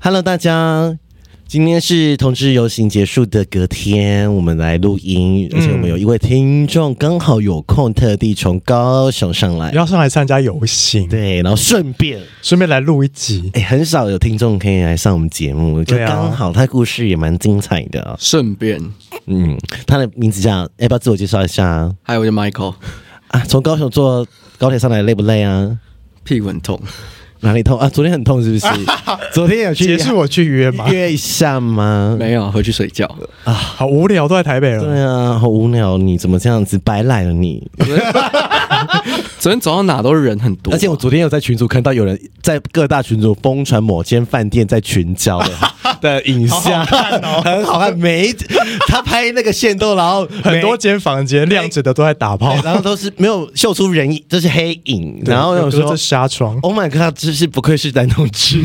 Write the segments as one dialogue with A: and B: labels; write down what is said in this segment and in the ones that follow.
A: Hello，大家，今天是同志游行结束的隔天，我们来录音，而且我们有一位听众刚好有空，特地从高雄上来，
B: 要上来参加游行，
A: 对，然后顺便，
B: 顺便来录一集。
A: 哎、很少有听众可以来上我们节目，就
B: 对啊
A: 刚好他故事也蛮精彩的哦、
C: 顺便，
A: 嗯，他的名字叫，哎要不要自我介绍一下啊？
C: 还有我叫 Michael，
A: 啊从高雄坐高铁上来累不累啊？
C: 屁股很 痛，
A: 哪里痛啊？昨天很痛是不是？昨天有去
B: 结束我去约嘛，
A: 约一下吗？
C: 没有啊回去睡觉。
B: 好无聊，都在台北了。
A: 对啊，好无聊，你怎么这样子白来了你？
C: 昨天昨天走到哪都人很
B: 啊
C: 多，
A: 而且我昨天有在群组看到有人在各大群组疯传某间饭店在群交 的的影像，
B: 哦
A: 很好看，每一他拍那个线都，然后
B: 很多
A: 每。
B: 间房间亮着的都在打炮，
A: 然后都是没有秀出人影，就是黑影。然后有
B: 有
A: 说
B: 这纱窗，
A: Oh my god！真是不愧是男同志，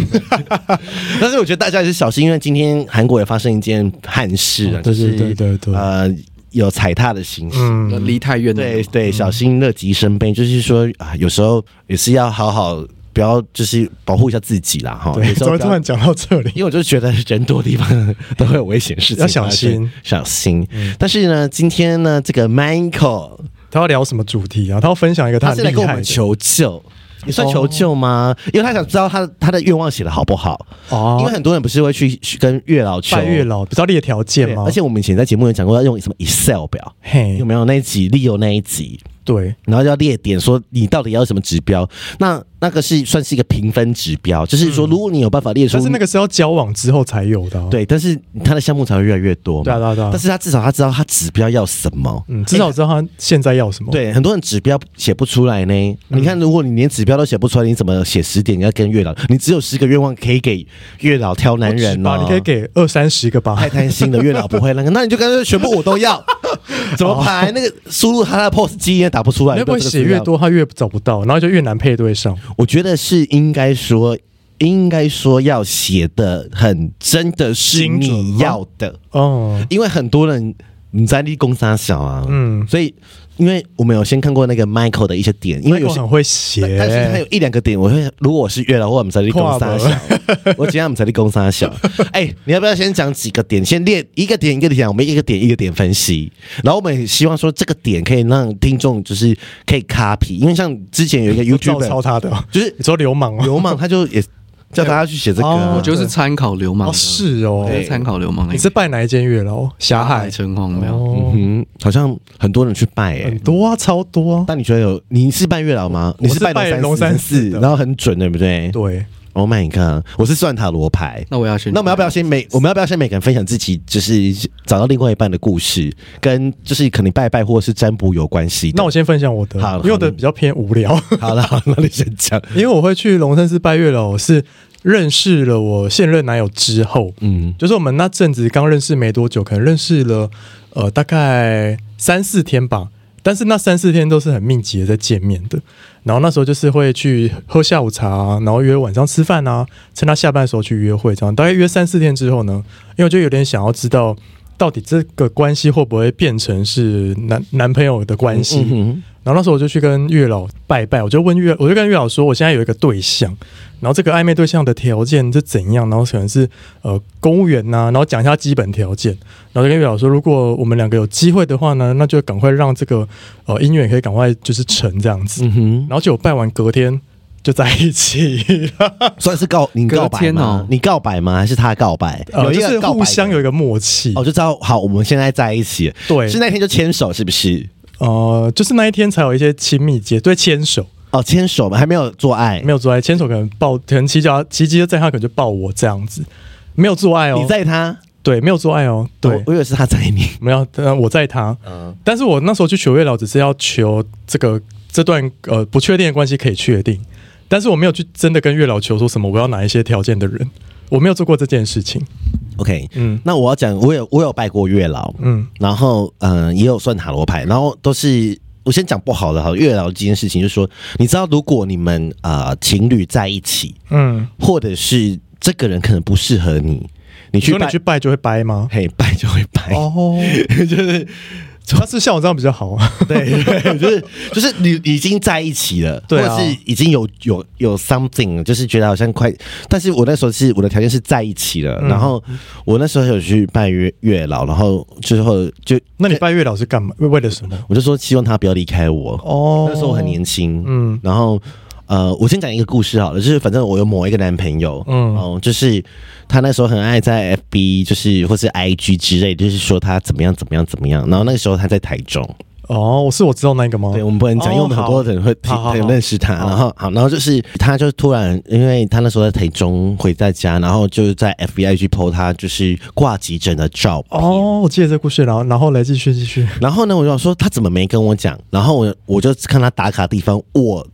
A: 但是我觉得大家还是小心，因为今天韩国也发生一件憾事啊，
B: 哦
A: 就
B: 对
A: 是
B: 对对对对
A: 呃，有踩踏的行为。
B: 嗯，
C: 离太远了。
A: 对对，小心乐极生悲，就是说啊，有时候也是要好好，不要就是保护一下自己啦，哈。
B: 对，
A: 哦有时
B: 怎
A: 候
B: 么
A: 不
B: 突
A: 要
B: 然讲到这里？
A: 因为我就觉得人多的地方 都会有危险事情
B: 要
A: 发
B: 小
A: 生，
B: 心嗯
A: 小心。但是呢，今天呢，这个 Michael
B: 他要聊什么主题啊？他要分享一个
A: 他
B: 很
A: 是来
B: 厉
A: 跟我
B: 害
A: 们
B: 的
A: 求救。你算求救吗？因为他想知道他他的愿望写的好不好，因为
B: 哦，
A: 很多人不是会去去跟月老求
B: 拜月老比较列条件
A: 对
B: 吗？
A: 而且我们以前在节目有讲过要用什么 Excel 表，
B: 嘿
A: 有，没有那一集利用那一集，
B: 对，
A: 然后要列点说你到底要什么指标，那那个是算是一个评分指标，就是说如果你有办法列出，
B: 嗯但是那个是要交往之后才有的啊。
A: 对，但是他的项目才会越来越多嘛，
B: 对啊对啊对啊
A: 但是他至少他知道他指标要什么，
B: 嗯，至少知道他现在要什么。，
A: 对，很多人指标写不出来呢。
B: 嗯
A: 你看，如果你连指标都写不出来，你怎么写十点要跟月老？你只有十个愿望可以给月老挑男人哦。
B: 你可以给二三十个吧
A: 太。贪心了，月老不会那个，那你就干 脆全部我都要。 怎么排？那个输入他的 POS 机也打不出来。
B: 会不会
A: 你都这个
B: 写
A: 资料
B: 越？多，他越找不到，然后就越难配对上？
A: 我觉得是应该说，应该说要写的很真的是
B: 精准
A: 你
B: 吗
A: 要的，
B: 哦，
A: 因为很多人你在立功杀小啊，
B: 嗯，
A: 所以因为我们有先看过那个 Michael 的一些点，因为有些
B: 很会
A: 但
B: 写，
A: 但是他有一两个点，我会如果我是月老，我们才立攻三小啊
B: 跨，
A: 我今天我们才立攻三小。 哎、你要不要先讲几个点？先列一个点一个点，我们一个点一个点分析。然后我们也希望说这个点可以让听众就是可以 copy，因为像之前有一个
B: 照
A: YouTube 啊
B: 抄他的哦，
A: 就是
B: 你说流氓哦，
A: 流氓，他就也叫大家去写这个啊、
B: 哦
C: 我就是参考流氓
B: 哦
C: 的，
B: 是哦
C: 我，就是参考流氓的。
B: 你是拜哪一间月老？霞海
C: 城隍没有？
B: 哦，
A: 嗯，好像很多人去拜哎、
B: 很多啊，超多啊，
A: 但你觉得有你是拜月老吗？你
B: 我是拜
A: 拜
B: 龙
A: 山
B: 山
A: 寺
B: 寺的
A: 然后很准，对不对
B: 对，
A: ？Oh my god！我是算塔罗牌，
C: 那我要去。
A: 那我们要不要先每我们要不要先每个人分享自己就是找到另外一半的故事，跟就是可能拜拜或是占卜有关系的？
B: 那我先分享我的
A: 好，
B: 因为我的比较偏无聊，
A: 好了，好了，那你先讲。
B: 因为我会去龙山寺拜月老，是认识了我现任男友之后，
A: 嗯，
B: 就是我们那阵子刚认识没多久，可能认识了呃大概三四天吧，但是那三四天都是很密集的在见面的。然后那时候就是会去喝下午茶、啊，然后约晚上吃饭啊，趁他下班的时候去约会，这样大概约三四天之后呢，因为我就有点想要知道到底这个关系会不会变成是男男朋友的关系，
A: 嗯
B: 然后那时候我就去跟月老拜拜，我就问月，我就跟月老说，我现在有一个对象，然后这个暧昧对象的条件是怎样？然后可能是呃公务员呐、然后讲一下基本条件，然后就跟月老说，如果我们两个有机会的话呢，那就赶快让这个呃姻缘可以赶快就是成这样子。
A: 嗯哼，
B: 然后就拜完隔天就在一起了，
A: 算是告你告白
C: 隔天
A: 吗
C: 哦？
A: 你告白吗？还是他告白？
B: 呃，
A: 有一
B: 就
A: 个
B: 是
A: 告白
B: 互
A: 的
B: 相有一个默契，
A: 哦，就知道好，我们现在在一起了，
B: 对，
A: 是那天就牵手是不是？
B: 呃，就是那一天才有一些亲密接对牵手。
A: 哦，牵手嘛，还没有做爱
B: 没，有做爱，牵手可能抱，可能骑脚骑机车载他，可能就抱我这样子，没有做爱哦。
A: 你在他，
B: 对，没有做爱哦，
A: 我
B: 对，
A: 我以为是他在你，
B: 没有，呃，我在他，
A: 嗯，
B: 但是我那时候去求月老，只是要求这个这段呃不确定的关系可以确定，但是我没有去真的跟月老求说什么我要哪一些条件的人，我没有做过这件事情。
A: OK，
B: 嗯
A: 那我要讲，我有我有拜过月老，
B: 嗯，
A: 然后嗯、呃也有算塔罗牌，然后都是我先讲不好的哈，月老这件事情，就是说，你知道，如果你们呃情侣在一起，
B: 嗯，
A: 或者是这个人可能不适合你，你
B: 你
A: 去
B: 说
A: 拜哎
B: 你去拜就会拜吗？
A: 嘿拜就会拜，
B: 哦，
A: 就是
B: 他是像我这样比较好啊。
A: 对，对 就是就是你已经在一起了，
B: 对啊
A: 或者是已经有有有 something，了就是觉得好像快。但是我那时候是我的条件是在一起了，
B: 嗯
A: 然后我那时候有去拜月月老，然后之后就
B: 那你拜月老是干嘛？为为了什么？
A: 我就说希望他不要离开我。
B: 哦，
A: 那时候我很年轻，
B: 嗯
A: 然后呃，我先讲一个故事好了，就是反正我有某一个男朋友，嗯，
B: 嗯
A: 哦，就是他那时候很爱在 FB 就是或是 IG 之类，就是说他怎么样怎么样怎么样，然后那个时候他在台中，
B: 哦，是我知道那个吗？
A: 对，我们不能讲，因为我们很多人会听
B: 哦好好好
A: 很认识他。然后好，然后就是他就突然，因为他那时候在台中回在家，然后就在 FBI 去 PO 他就是挂急诊的照片。
B: 哦，我记得这故事，然后然后来继续继续，
A: 然后呢，我就想说他怎么没跟我讲？然后我我就看他打卡地方，我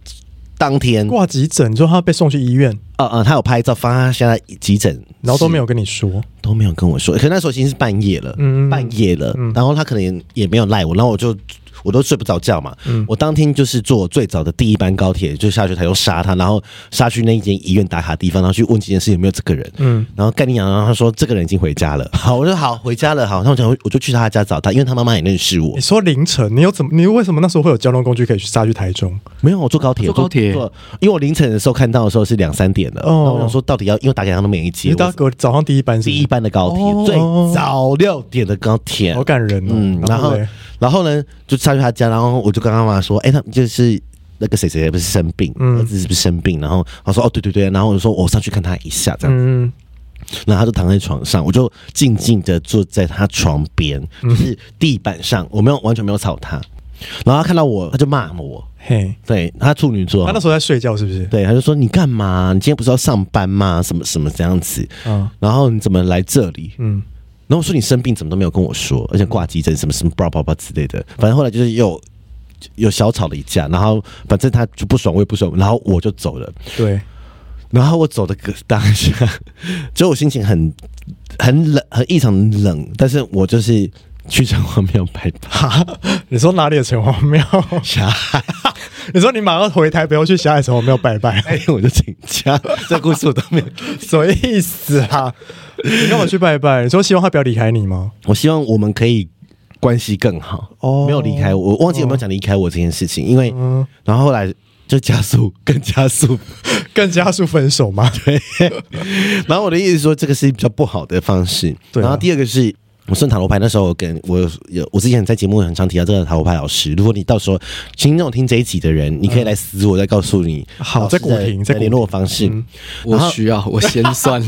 A: 当天
B: 挂急诊，就他被送去医院，
A: 呃呃，他有拍照发他现在急诊，
B: 然后都没
A: 有
B: 有跟你说，
A: 都没有跟我说，可那时候已经是半夜了，
B: 嗯
A: 半夜了，然后他可能也也没有赖我，然后我就。我都睡不着觉嘛，
B: 嗯
A: 我当天就是坐最早的第一班高铁就下去，他又杀他，然后杀去那一间医院打卡地方，然后去问这件事有没有这个人，
B: 嗯
A: 然后盖你娘，然后他说这个人已经回家了，好，我说好回家了，好，那我想我就去他家找他，因为他妈妈也认识我
B: 你，说凌晨，你有怎么？你为什么那时候会有交通工具可以去杀去台中？
A: 没有我坐高铁，
C: 坐高铁
A: 我坐，因为我凌晨的时候看到的时候是两三点了，
B: 哦
A: 然后我想说到底要，因为打给他都没接，
B: 你搭隔早上第一班是不
A: 第
B: 是
A: 一班的高铁，
B: 哦
A: 最早六点的高铁
B: 好，感人哦。
A: 嗯，然后
B: 嘞
A: 然后呢，就下去他家，然后我就跟他妈说，哎、他就是那个谁谁谁不是生病，
B: 嗯
A: 儿子是不是生病？然后他说哦，对对对，然后我就说我上去看他一下这样，
B: 嗯，
A: 然后他就躺在床上，我就静静的坐在他床边，
B: 嗯
A: 就是地板上，我没有完全没有吵他，然后他看到我，他就骂我，
B: 嘿，
A: 对他处女座
B: 他那。时候在睡觉是不是？
A: 对，他就说你干嘛？你今天不是要上班吗？什么什么这样子？
B: 嗯
A: 然后你怎么来这里？
B: 嗯，
A: 然后我说你生病怎么都没有跟我说，而且挂急诊什么什么 blah blah blah 之类的，反正后来就是又有小吵了一架，然后反正他就不爽，我也不爽，然后我就走了。
B: 对，
A: 然后我走的个当下，就我心情很很冷，很异常冷，但是我就是去城隍庙拜拜。
B: 哈，你说哪里的城隍庙？
A: 小孩，
B: 你说你马上回台北要去霞海城隍庙拜拜，
A: 我就请假。这故事我都没有。
B: 什么意思啊？你干嘛去拜拜？你说希望他不要离开你吗？
A: 我希望我们可以关系更好。
B: 哦
A: 没有离开我，我忘记有没有讲离开我这件事情，因为
B: 嗯，
A: 然后后来就加速，更加速
B: 更加速分手吗？
A: 然后我的意思是说，这个是比较不好的方式。
B: 对啊
A: 然后第二个是。我算塔罗牌那时候，我跟我有有我之前在节目很常提到这个塔罗牌老师。如果你到时候听众听这一集的人，你可以来私我，再告诉你
B: 好
A: 老师
B: 在古亭
A: 的
B: 在嗯古亭
A: 联络方式。
C: 我需要，我先 算。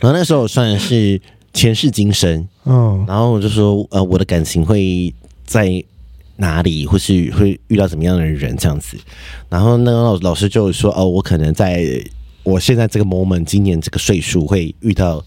A: 然后那时候我算的是前世今生，
B: 嗯，
A: 然后我就说，呃，我的感情会在哪里，或是会遇到怎么样的人这样子。然后那个老老师就说，哦，我可能在我现在这个 moment，今年这个岁数会遇到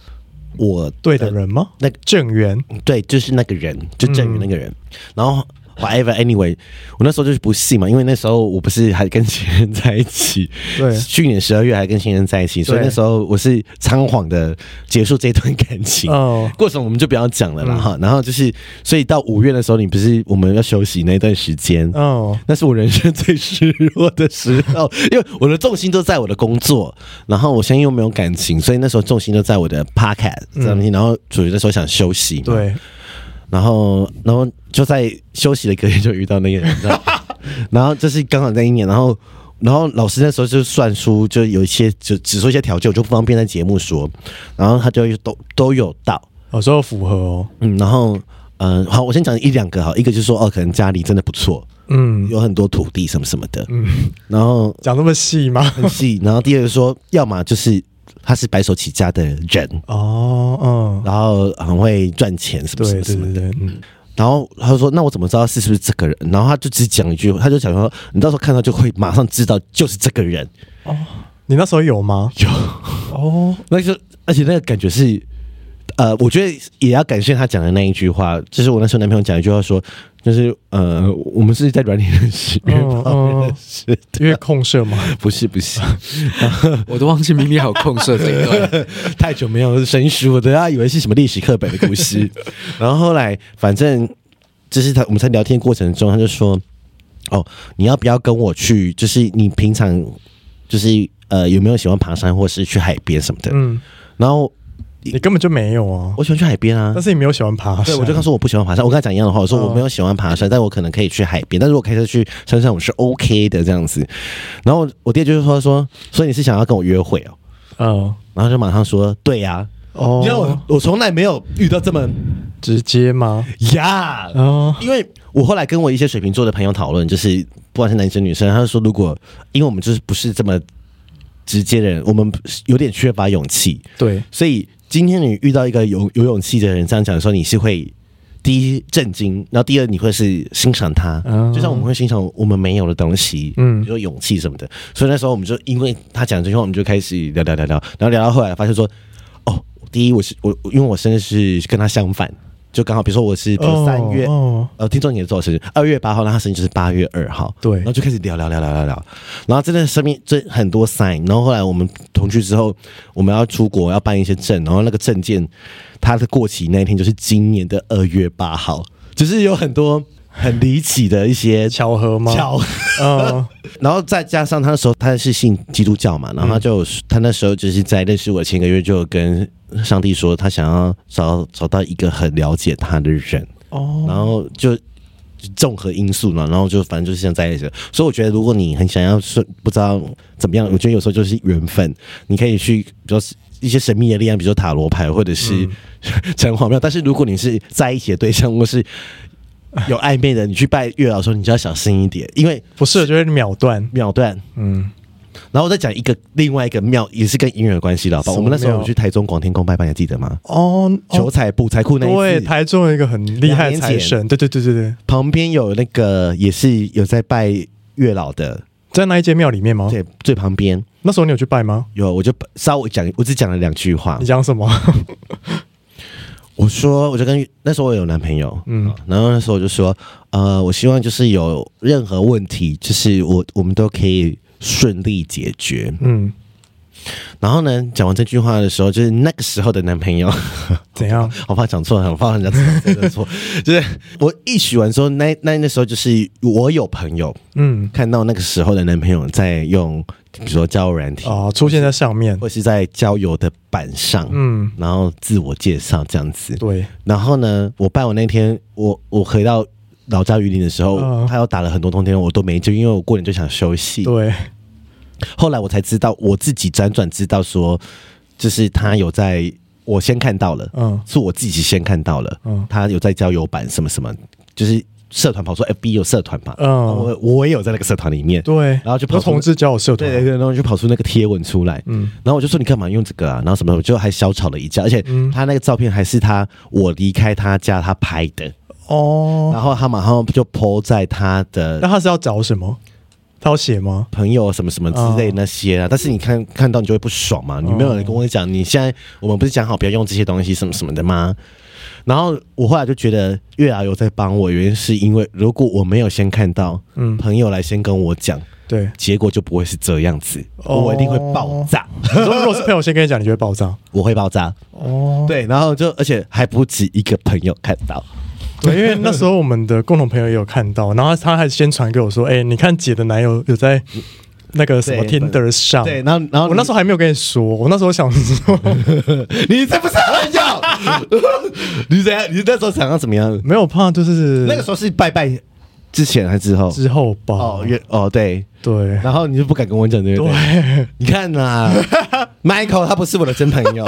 A: 我
B: 对的人吗？
A: 呃那
B: 郑源，
A: 对，就是那个人，就郑宇那个人。
B: 嗯
A: 然后 whatever anyway，我那时候就是不信嘛，因为那时候我不是还跟前任在一起，
B: 对
A: 去年十二月还跟前任在一起，所以
B: 对
A: 那时候我是仓皇的结束这段感情。
B: 哦，
A: 过程我们就不要讲了啦哈，然后就是，所以到五月的时候，你不是我们要休息那段时间，
B: 哦，
A: 那是我人生最失落的时候，因为我的重心都在我的工作，然后我现在又没有感情，所以那时候重心都在我的 podcast 这样、然后主角那时候想休息嘛，
B: 对，
A: 然后然后就在休息的隔夜就遇到那个人，你知道吗然后就是刚好那一年，然后然后老师那时候就算书，就有一些就只说一些条件，我就不方便在节目说，然后他就都都有到，
B: 有时候符合哦，
A: 嗯，然后。嗯，好，我先讲一两个好，一个就是说，哦，可能家里真的不错，
B: 嗯
A: 有很多土地什么什么的，
B: 嗯，
A: 然后
B: 讲那么 细吗？
A: 很细。然后第二个说，要么就是他是白手起家的人，
B: 哦，嗯，
A: 然后很会赚钱什么什
B: 对
A: 么什
B: 对
A: 么
B: 对
A: 的。
B: 对，嗯，
A: 然后他就说：“那我怎么知道是是不是这个人？”然后他就只讲一句，他就讲说：“你到时候看到就会马上知道就是这个人。
B: 你那时候有吗？”
A: 有，
B: 哦，
A: 那就而且那个感觉是，呃，我觉得也要感谢他讲的那一句话，就是我那时候男朋友讲一句话说，就是呃，我们是在软体认识，约
B: 嗯
A: 炮认识的，
B: 因为控射嘛，
A: 不是不是。
C: 我都忘记明明还有空射这一 段。
A: 太久没有生疏，我都要以为是什么历史课本的故事。然后后来，反正就是他我们在聊天过程中，他就说：“哦，你要不要跟我去？就是你平常就是呃有没有喜欢爬山或是去海边什么的
B: 嗯，？”
A: 然后
B: 你根本就没有啊。
A: 我喜欢去海边啊嗯
B: 但。是你没有喜欢爬山，
A: 对，我就跟他说我不喜欢爬山。我跟他讲一样的话，我说
B: 哦
A: 我没有喜欢爬山，但我可能可以去海边。但是我开车去山上，我是 OK 的这样子。然后我爹就是说说，所以你是想要跟我约会哦？
B: 嗯，
A: 然后就马上说对啊呀、
B: 哦
A: 你知道我我从来没有遇到这么
B: 直接吗？
A: 呀
B: 哦，
A: 因为我后来跟我一些水瓶座的朋友讨论，就是不管是男生女生，他就说如果因为我们就是不是这么直接的人，我们有点缺乏勇气，
B: 对，
A: 所以今天你遇到一个有有勇气的人这样讲的时候，你是会。第一震惊，然后第二你会是欣赏他，
B: 嗯
A: 就像我们会欣赏我们没有的东西，嗯，比
B: 嗯
A: 如说勇气什么的。所以那时候我们就因为他讲这句话，我们就开始聊聊聊聊，然后聊到后来发现说，哦，第一我是我，我因为我生日是跟他相反，就刚好比如说我是比如三月
B: 哦，
A: 呃，听众也知道生日，二月八号，那他生日就是八月二号，
B: 对
A: 然后就开始聊聊聊聊聊聊，然后真的身边这很多 sign，然后后来我们同居之后，我们要出国要办一些证，然后那个证件它的过期那一天就是今年的二月八号，就是有很多很离奇的一些
B: 巧合吗？
A: 巧 合
B: 嗯，
A: 然后再加上他那时候他是信基督教嘛，然
B: 嗯
A: 后他就、他那时候就是在认识我前个月就有跟上帝说他想要找找到一个很了解他的人，
B: 哦，
A: 然后就就综合因素嘛，然后就反正就是像在一起，所以我觉得如果你很想要是不知道怎么样，我觉得有时候就是缘分，你可以去比较一些神秘的力量，比如说塔罗牌或者是
B: 嗯
A: 城隍庙，但是如果你是在一起的对象或是。有暧昧的，你去拜月老的时候，你就要小心一点，因为
B: 不是，就会秒断，
A: 秒断。
B: 嗯，
A: 然后我再讲一个另外一个庙，也是跟姻缘有关系的，好吧？
B: 什
A: 我
B: 么
A: 们那时候
B: 庙
A: 我去台中广天宫拜拜，你还记得吗？
B: 哦，
A: 求
B: 哦
A: 财补财库那一
B: 对，
A: 次，
B: 台中有一个很厉害
A: 两
B: 的
A: 年
B: 财
A: 前
B: 神，对对对对对，
A: 旁边有那个也是有在拜月老的，
B: 在那一间庙里面吗？
A: 对，最旁边
B: 那时候你有去拜吗？
A: 有，我就稍微讲，我只讲了两句话
B: 你。讲什 么？
A: 我说，我就跟那时候我有男朋友，嗯
B: 嗯，
A: 然后那时候我就说，呃，我希望就是有任何问题，就是我我们都可以顺利解决。
B: 嗯，
A: 然后呢，讲完这句话的时候，就是那个时候的男朋友，
B: 怎样？
A: 我怕讲错了，我怕人家知道真的错。就是我一许完之后，那那那时候就是我有朋友
B: 嗯，
A: 看到那个时候的男朋友在用，比如说交友软体，
B: 哦，出现在上面，
A: 或是在交友的板上，
B: 嗯，
A: 然后自我介绍这样子。
B: 对，
A: 然后呢，我拜完那天，我我回到老家榆林的时候，
B: 嗯
A: 他又打了很多通电话，我都没接，因为我过年就想休息。
B: 对，
A: 后来我才知道，我自己辗转知道说，就是他有在，我先看到了，
B: 嗯
A: 是我自己先看到了，
B: 嗯
A: 他有在交友版什么什么，就是社团跑出 FB 有社团吧，
B: 嗯，
A: 我我也有在那个社团里面，
B: 对，
A: 然后就跑
B: 都
A: 出
B: 同志交友社
A: 对
B: 团，
A: 对对，然后就跑出那个贴文出来，
B: 嗯，
A: 然后我就说你干嘛用这个啊？然后什么什么，就还小吵了一架，而且
B: 嗯
A: 他那个照片还是他我离开他家他拍的，
B: 哦，
A: 然后他马上就 po 在他
B: 那
A: 的
B: 他是要找什么？他要写吗？
A: 朋友什么什么之类那些啊。但是你看看到你就会不爽
B: 哦
A: 嘛，你没有人跟我讲，你现在我们不是讲好不要用这些东西什么什么的吗？然后我后来就觉得月老有在帮我，原因是因为如果我没有先看到，
B: 嗯，
A: 朋友来先跟我讲，
B: 对。
A: 结果就不会是这样子，
B: 哦
A: 我一定会爆炸，
B: 你说如果是朋友先跟你讲，你就会爆炸。
A: 我会爆炸。
B: 哦，
A: 对，然后就而且还不止一个朋友看到，
B: 对，因为那时候我们的共同朋友也有看到，然后他还先传给我说：“哎、你看姐的男友有在那个什么
A: 对
B: Tinder 上。”
A: 对，然后然后
B: 我那时候还没有跟你说，我那时候想说，
A: 你这不是很友？ 你怎样？你那时候想要怎么样？
B: 没有怕，就是
A: 那个时候是拜拜之前还是之后？
B: 之后吧。
A: 哦，原哦对，
B: 对
A: 然后你就不敢跟我讲对不对？
B: 对，
A: 你看呐、m i c h a e l 他不是我的真朋 友，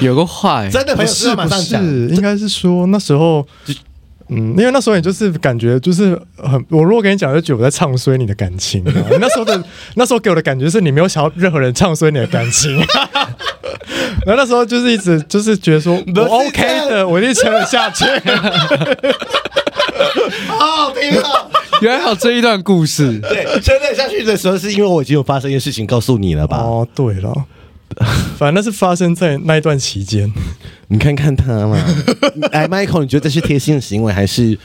C: 有个坏，
A: 真的朋友
B: 不是
A: 马
B: 不
A: 上讲。
B: 是，应该是说那时候
A: 就。
B: 嗯，因为那时候你就是感觉就是很，我如果跟你讲，就觉得我在唱衰你的感 情、啊。那时候的那时候给我的感觉是你没有想要任何人唱衰你的感情， 然后那时候就是一直就是觉得说
A: 这样
B: 我 OK 的，我一定撑得 下去。
A: 好好听啊！。
C: 原来还有这一段故事
A: 对，真的下去的时候是因为我已经有发生一件事情告诉你了吧？
B: 哦，对了，反正那是发生在那一段期间。
A: 你看看他 嘛，哎，Michael，你觉得这是贴心的行为还是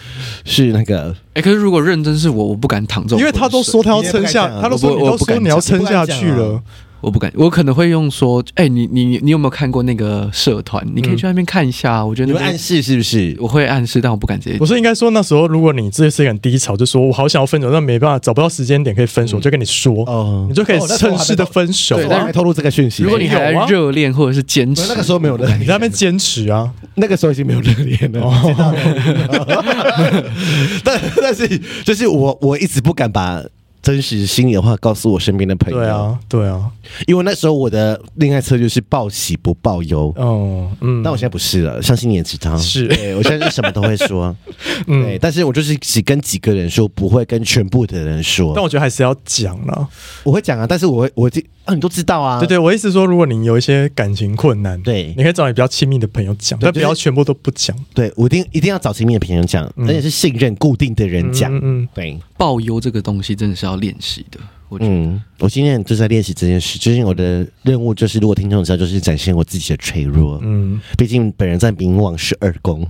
A: 是那个？
C: 哎、可是如果认真是我，我不敢躺这种浑水，
B: 因为他都说他要撑下，
A: 你也不敢讲啊
B: 他都说
A: 我
B: 你
A: 不
B: 都
A: 我不
B: 说
A: 敢
B: 你要
A: 讲
B: 撑下去
A: 我不敢讲啊
B: 了，
C: 我不敢，我可能会用说，哎、你你你你有没有看过那个社团？你可以去那边看一下，啊我觉
A: 你
C: 得
A: 会
C: 那
A: 暗
C: 边
A: 示是不是？
C: 我会暗示，但我不敢直接
B: 不。是应该说那时候，如果你这是很低潮，就说我好想要分手，但没办法找不到时间点可以分手，就跟你说，
A: 哦
B: 你就可以
A: 哦那时候
B: 趁势的分手。啊
A: 对，但是还透露这个讯息。
C: 如果你还在
B: 有啊
C: 热恋或者是坚持，
A: 那个时候没有热
B: 你在那
A: 恋，
B: 边坚持啊，
A: 那个时候已经没有热恋了。
B: 哦
A: 但但是就是我我一直不敢把真实心里的话告诉我身边的朋友，
B: 对，啊，对啊，
A: 因为那时候我的恋爱策略是报喜不报忧。
B: 哦，嗯，
A: 但我现在不是了，相信你也知道。
B: 是
A: 对我现在是什么都会 说，
B: 嗯
A: 对，但是我就是只跟几个人说，不会跟全部的人说。
B: 但我觉得还是要讲啦。
A: 我会讲啊，但是我会，我这啊，你都知道啊，
B: 对对，我意思说，如果你有一些感情困难，
A: 对
B: 你可以找你比较亲密的朋友讲，
A: 对就
B: 但不
A: 是
B: 要全部都不讲。
A: 对，我一定一定要找亲密的朋友讲，而且是信任固定的人讲。
B: 嗯嗯，
A: 对，
C: 报忧这个东西真的是要练习的。我 觉得、
A: 嗯，我今天就是在练习这件事。最近我的任务就是，如果听众知道，就是展现我自己的脆弱。嗯，毕竟本人在冥王十二宫，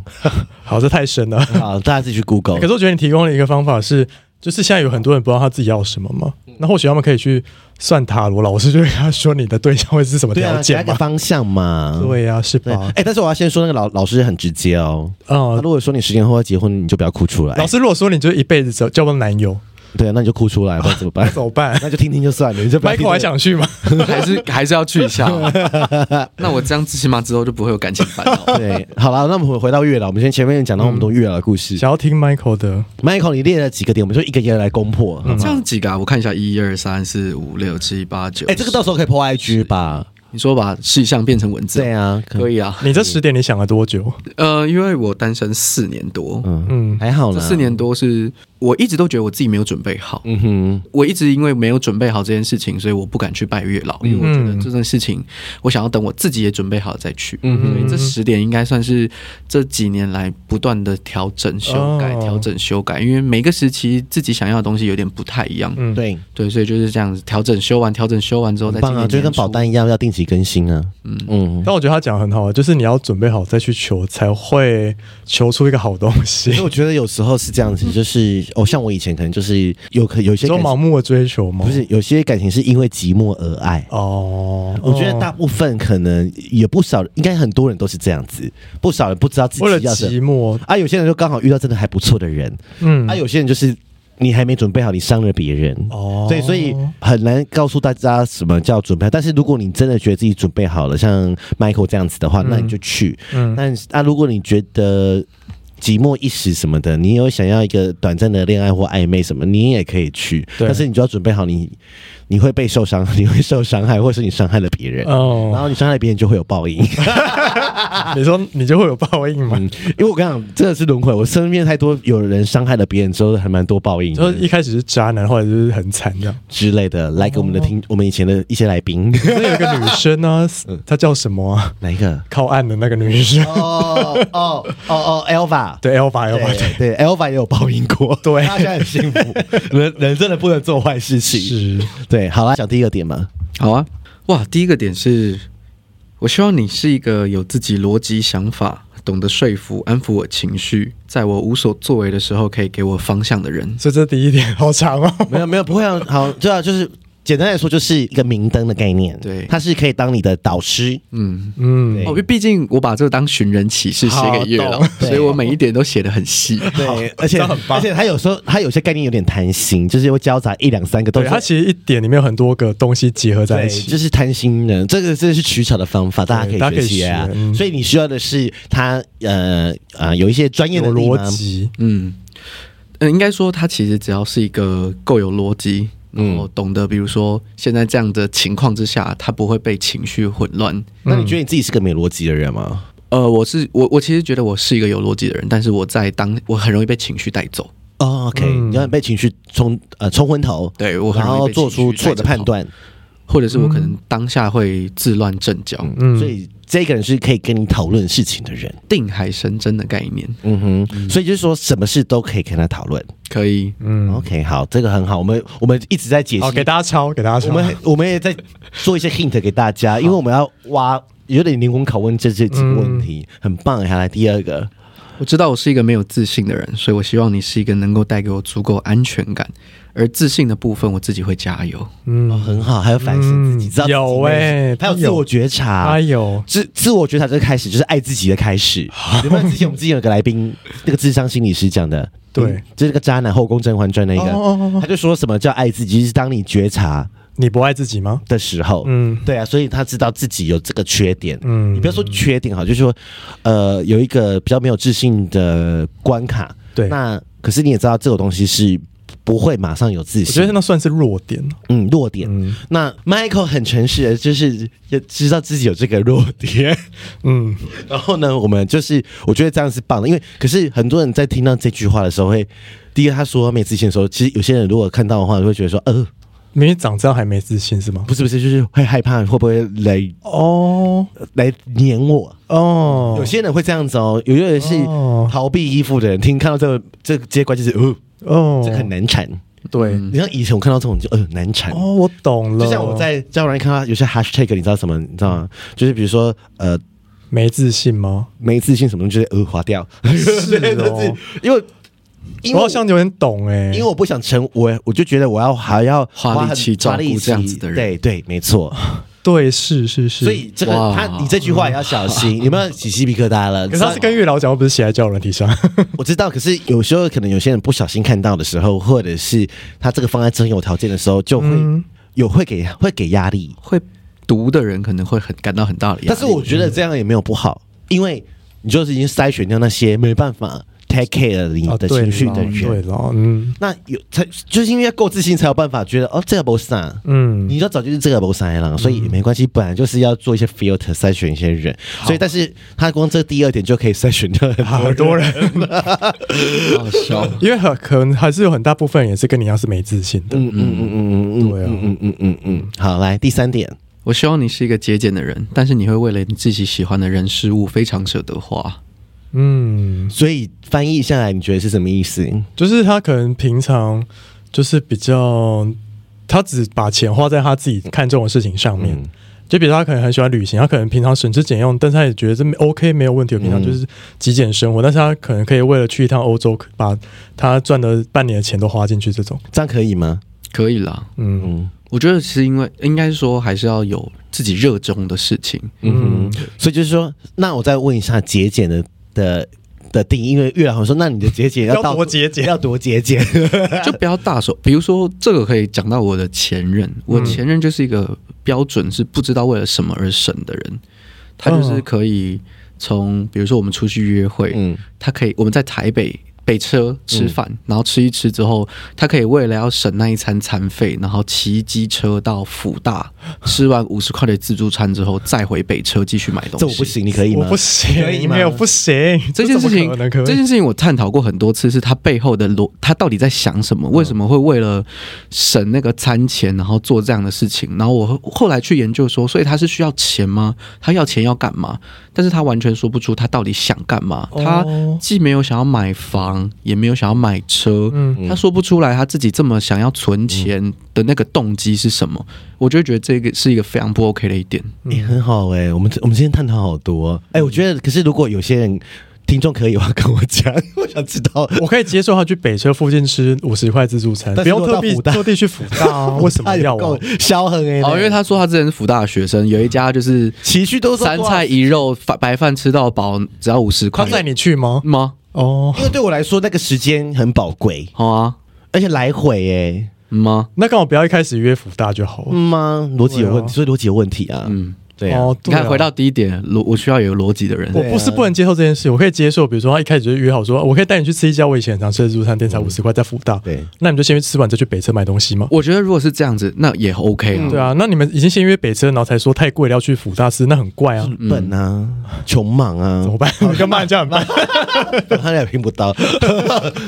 B: 好，这太深了。
A: 好，大家自己去 Google
B: 嗯可。是我觉得你提供了一个方法是，就是现在有很多人不知道他自己要什么嘛，
A: 嗯
B: 那或许他们可以去算塔罗，老师就跟他说你的对象会是什么
A: 对啊，
B: 条
A: 给他
B: 件
A: 一个
B: 嘛。
A: 方向嘛。
B: 对啊呀、是
A: 对，
B: 吧
A: 哎、？但是我要先说，那个老老师很直接哦。他
B: 嗯，
A: 如果说你十年后要结婚，你就不要哭出来。
B: 老师如果说你就一辈子交交不到男 友，
A: 对，啊那你就哭出来，不
B: ？
A: 然怎么办
B: 怎么办
A: 那就听听就算了，你就不要听
B: ？Michael 还想去 吗？
C: 还是还是要去一下。啊那我这样最起码之后就不会有感情烦恼。
A: 对，好了，那我们回到月老，我们先前面讲到我们都
B: 嗯
A: 月老的故事。
B: 想要听 Michael 的，
A: Michael，你列了几个点，我们就一个一个来攻破。好吗
C: 这样几个啊？我看一下，一二三四五六七八九。
A: 哎、这个到时候可以 po IG 吧？
C: 你说把事项变成文字，
A: 对啊，可
C: 可以啊。
B: 你这十点你想了多久？
C: 呃，因为我单身四年多，
A: 嗯
B: 嗯，
A: 还好
C: 这
A: 啦。
C: 四，年多是我一直都觉得我自己没有准备好。
A: 嗯哼，
C: 我一直因为没有准备好这件事情，所以我不敢去拜月
A: 嗯
C: 老，因为我觉得这件事情，我想要等我自己也准备好再去。
A: 嗯
C: 所以这十点应该算是这几年来不断的调整、修改、
B: 哦
C: 调整、修改，因为每个时期自己想要的东西有点不太一样。
B: 嗯
A: 对，
C: 对，所以就是这样子调整、修完、调整、修完之后
A: 很
C: 再今
A: 棒啊，
C: 年年
A: 就跟
C: 初
A: 保单一样，要定期更新啊。嗯嗯，
B: 但我觉得他讲得很好，啊就是你要准备好再去求，才会求出一个好东
A: 所以
B: 西。
A: 我觉得有时候是这样子，就是哦，像我以前可能就是有可有些
B: 都
A: 感
B: 盲
A: 情
B: 目的追求吗？
A: 不是有些感情是因为寂寞而爱。
B: 哦，
A: 我觉得大部分可能也不少，应该很多人都是这样子，不少人不知道自
B: 哦为了
A: 己要什么
B: 寂寞，
A: 啊。有些人就刚好遇到真的还不错的人，
B: 嗯
A: 啊，有些人就是你还没准备好，你伤了别人。
B: 哦
A: 所以，所以很难告诉大家什么叫准备好。但是，如果你真的觉得自己准备好了，像 Michael 这样子的话，那你就去。
B: 嗯
A: 但是，那、如果你觉得寂寞一时什么的，你有想要一个短暂的恋爱或暧昧什么，你也可以去。
B: 对
A: 但是，你就要准备好你，你会被受伤， 你会受伤害，或者是你伤害了别人。然
B: 哦，
A: 后你伤害别人就会有报应，
B: 你说你就会有报应嘛？
A: 嗯，因为我跟你讲，真的是轮回。我身边太多有人伤害了别人之后，还蛮多报应的，
B: 就是一开始是渣男，后来就是很惨这样。
A: 之类的。来给我们的听，我们以前的一些来宾，
B: 那有一个女生 呢、
A: 嗯
B: 她叫什么啊？
A: 哪一个？
B: 靠岸的那个女生，
A: 哦哦哦哦，Elva。
B: 对，Alpha
A: 对
B: Alpha，
A: 对，Elva 也有报应过，
B: 对
A: 他现在很幸福， 人人真的不能做坏事情。
B: 是
A: 对，好啦，讲第二点嘛，
C: 好啊，哇，第一个点是，我希望你是一个有自己逻辑想法、懂得说服、安抚我情绪，在我无所作为的时候可以给我方向的人。
B: 所以这是第一点， 好长哦。
A: 没有没有不会啊，好，对啊，就是简单来说，就是一个明灯的概念，
C: 对
A: 它是可以当你的导师，
C: 嗯，
B: 嗯
A: 对
C: 哦，因为毕竟我把这个当寻人启事写给月老
B: 好，
A: 懂
C: 所以我每一点都写得很 细。
A: 对，而且
B: 这样很棒
A: 而且它有时候它有些概念有点贪心，就是会交杂一两三个都
B: 对，
A: 是
B: 它其实一点里面有很多个东西结合在
A: 对，
B: 一起，
A: 就是贪心人，这个真的是取巧的方法，大家可
B: 大家
A: 以
B: 可
A: 学
B: 以
A: 习啊
B: 学。嗯
A: 所以你需要的是他呃呃有一些专业
B: 有
A: 的
B: 逻辑，
C: 嗯，呃，应该说他其实只要是一个够有逻辑，
A: 嗯
C: 然后懂得，比如说现在这样的情况之下，他不会被情绪混乱。
A: 那你觉得你自己是个没逻辑的人吗？
C: 呃，我是我我其实觉得我是一个有逻辑的人，但是我在当我很容易被情绪带走，
A: 哦、o k
B: 嗯
A: 你要被情绪冲呃冲昏头，
C: 对我很
A: 然
C: 容易
A: 后
C: 被
A: 做
C: 情
A: 出
C: 绪带
A: 错的判断，嗯
C: 走，或者是我可能当下会自乱阵脚，
B: 嗯
A: 所以这个人是可以跟你讨论事情的人。
C: 定海神针的概念
A: 嗯哼，所以就是说什么事都可以跟他讨论。
C: 可以。
B: 嗯，
A: OK，好，这个很好，我们我们一直在解析
B: 好，给大家抄，给大家
A: 我
B: 抄。
A: 们 我们也在做一些 hint 给大家，因为我们要挖有点灵魂拷问这些几个问题，很棒。还来第二个，
C: 我知道我是一个没有自信的人，所以我希望你是一个能够带给我足够安全感，而自信的部分我自己会加油。
A: 哦，
B: 嗯，
A: 很好，还有反省自己，
B: 嗯
A: 知道自己
B: 有欸
A: 还有
B: 他
A: 自
B: 有
A: 我觉察
B: 哎。呦，
A: 自自我觉察这个开始就是爱自己的开 始。有没有之前我们之前有个来宾，那个智商心理师讲的，
B: 对
A: 嗯就是那个渣男后宫甄嬛传那
B: 哦哦哦
A: 个，
B: 哦
A: 他就说什么叫爱自己，就是当你觉察
B: 你不爱自己吗？
A: 的时候，
B: 嗯
A: 对啊，所以他知道自己有这个缺点。
B: 嗯
A: 你不要说缺点哈，就是说，呃，有一个比较没有自信的关卡。
B: 对
A: 那可是你也知道，这种东西是不会马上有自
B: 我觉得
A: 信，
B: 那算是弱点哦了。
A: 嗯，弱点。
B: 嗯
A: 那 Michael 很诚实的，就是也知道自己有这个弱点。
B: 嗯，
A: 然后呢，我们就是我觉得这样是棒的，因为可是很多人在听到这句话的时候会，第一个他说没自信的时候，其实有些人如果看到的话，会觉得说，呃，
B: 明明长这样还没自信是吗？
A: 不是不是，就是会害怕会不会来
B: 哦
A: 来黏我。
B: 哦，
A: 有些人会这样子哦，有些人是
B: 哦
A: 逃避依附的人，听看到这个这个接关就是，哦，
B: 哦
A: 这个很难缠。
B: 对
C: 嗯
A: 你像以前我看到这种就，呃，难缠。
B: 哦，我懂了，
A: 就像我在交友软件看到有些 hashtag，你知道什么？你知道吗？就是比如说，呃，
B: 没自信吗？
A: 没自信什么东西就是呃划掉，
B: 是
A: 对就
B: 哦
A: 是因为因
B: 我
A: 为
B: 好像有点懂哎、
A: 因为我不想成我，我就觉得我要还要
C: 花力气
A: 很
C: 照顾
A: 花力
C: 这样子的人
A: 对对，没错。
B: 对是是是，
A: 所以这个
C: 哇
A: 他你这句话也要小心，你们起鸡皮疙瘩了。
B: 可是他是跟月老讲，又不是写在交友软体 上，
A: 我知道，可是有时候可能有些人不小心看到的时候，或者是他这个放在真有条件的时候，就会、
B: 嗯
A: 有会给会给压力。
C: 会读的人可能会很感到很大的压力，
A: 但是我觉得这样也没有不好，因为你就是已经筛选掉那些没办法 take care 你
B: 啊
A: 的
B: 对
A: 情绪
B: 啦
A: 的人。
B: 对了，嗯
A: 那有才就是因为要够自信，才有办法觉得哦，这个不是啊。
B: 嗯，
A: 你要早就是这个不塞了，所以也没关系，本来就是要做一些 filter 筛选一些人，所以但是他光这第二点就可以筛选掉很多
B: 很
A: 人。
B: 多人，
C: 好笑。
B: 因为很可能还是有很大部分人也是跟你一样是没自信 的，
A: 嗯嗯嗯嗯嗯嗯，
B: 对啊
A: 嗯嗯嗯嗯嗯，好，来第三点，
C: 我希望你是一个节俭的人，但是你会为了你自己喜欢的人事物非常舍得花。
B: 嗯，
A: 所以翻译下来你觉得是什么意思？
B: 就是他可能平常就是比较，他只把钱花在他自己看重的事情上面。
A: 嗯
B: 就比如他可能很喜欢旅行，他可能平常省吃俭用，但是他也觉得这没 OK 没有问题。我平常
C: 嗯
B: 就是极简生活，但是他可能可以为了去一趟欧洲，把他赚的半年的钱都花进去，这种，
A: 这样可以吗？
C: 可以啦，
B: 嗯
A: 嗯
C: 我觉得是因为应该说还是要有自己热衷的事情。
A: 嗯，所以就是说，那我再问一下节俭的的的定义，因为月老好像说，那你的节俭
B: 要
A: 到
B: 多节俭
A: 要多节俭，
C: 就不要大手。比如说，这个可以讲到我的前任，
A: 嗯
C: 我前任就是一个标准是不知道为了什么而省的人，他就是可以从比如说我们出去约会，
A: 嗯
C: 他可以我们在台北。北车吃饭，然后吃一吃之后，他可以为了要省那一餐餐费，然后骑机车到辅大，吃完五十块的自助餐之后，再回北车继续买东西。
A: 这我不行，你可以
B: 我
A: 吗
B: 不？行，
A: 可以吗
B: 没有不行，
C: 这件
B: 怎
C: 事情
B: 么可能 可，以
C: 这件事情我探讨过很多次，是他背后的逻，他到底在想什么？为什么会为了省那个餐钱，然后做这样的事情？然后我后后来去研究说，所以他是需要钱吗？他要钱要干嘛？但是他完全说不出他到底想干嘛。
B: 哦
C: 他既没有想要买房，也没有想要买车，
B: 嗯
C: 他说不出来他自己这么想要存钱的那个动机是什么。我就会觉得这个是一个非常不 OK 的一点。
A: 也、很好哎、我们我们今天探讨好多哎、
B: 嗯
A: 我觉得可是如果有些人听众可以的话跟我讲， 我想知道
B: 我可以接受他去北车附近吃五十块自助餐，
A: 但
B: 不
A: 是
B: 用特
A: 如
B: 地
A: 果到辅大
B: 特地去辅大 啊，为什么要
A: 够
B: 我？
A: 消痕哎、
C: 哦，因为他说他之前是福大的学生，有一家就是
A: 情绪都是
C: 三菜，一肉，饭白饭吃到饱，只要五十块
B: 他带你去吗？
C: 吗？
B: 哦，
A: 因为对我来说那个时间很宝贵，
C: 好啊，
A: 而且来回哎、
C: 嗯吗？
B: 那刚好不要一开始约辅大就好了。
A: 嗯吗？逻辑有问
B: 对啊
A: 题，所以逻辑有问题啊。
C: 嗯，
A: 对啊，
B: 哦，
C: 你
B: 对啊
C: 看回到第一点，逻我需要有逻辑的人
B: 我。
A: 对啊
B: 不是不能接受这件事，我可以接受，比如说他一开始就约好说，我可以带你去吃一家我以前很常吃的自助餐店，才五十块，在福大。
A: 对，
B: 那你们就先去吃完再去北车买东西嘛。
C: 我觉得如果是这样子，那也 OK 啊。
B: 对啊，那你们已经先约北车，然后才说太贵了要去福大吃，那很怪啊，
C: 嗯
A: 笨啊，穷莽啊
B: 怎，么办？跟骂人家很慢。
A: 他俩拼不到，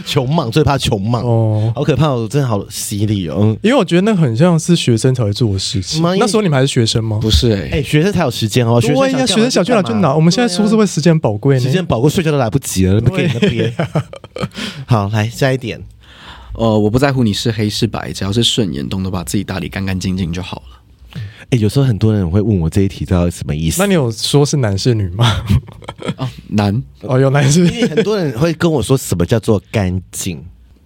A: 穷莽最怕穷莽，
B: 哦，
A: 好可怕哦，真的好犀利哦。嗯
B: 因为我觉得那很像是学生才会做的事情。
A: 妈耶
B: 那时候你们还是学生吗？
C: 不是哎、
A: 哎、学生才有时间哦，学
B: 对啊
A: 生
B: 呀，学生想去
A: 去
B: 哪就哪。我们现在出社会时间宝贵
A: 啊嗯时
B: 呢
A: 间。宝贵，睡觉都来不及了，不给你那 边。好，来下一点，
C: 呃，我不在乎你是黑是白，只要是顺眼，懂得把自己打理干干净净就好 了。
A: 哎、有时候很多人会问我这一题到底什么意思。
B: 那你有说是男是女吗？
C: 哦，难，
B: 哦，有男
A: 因
B: 是，
A: 为很多人会跟我说什么叫做干净，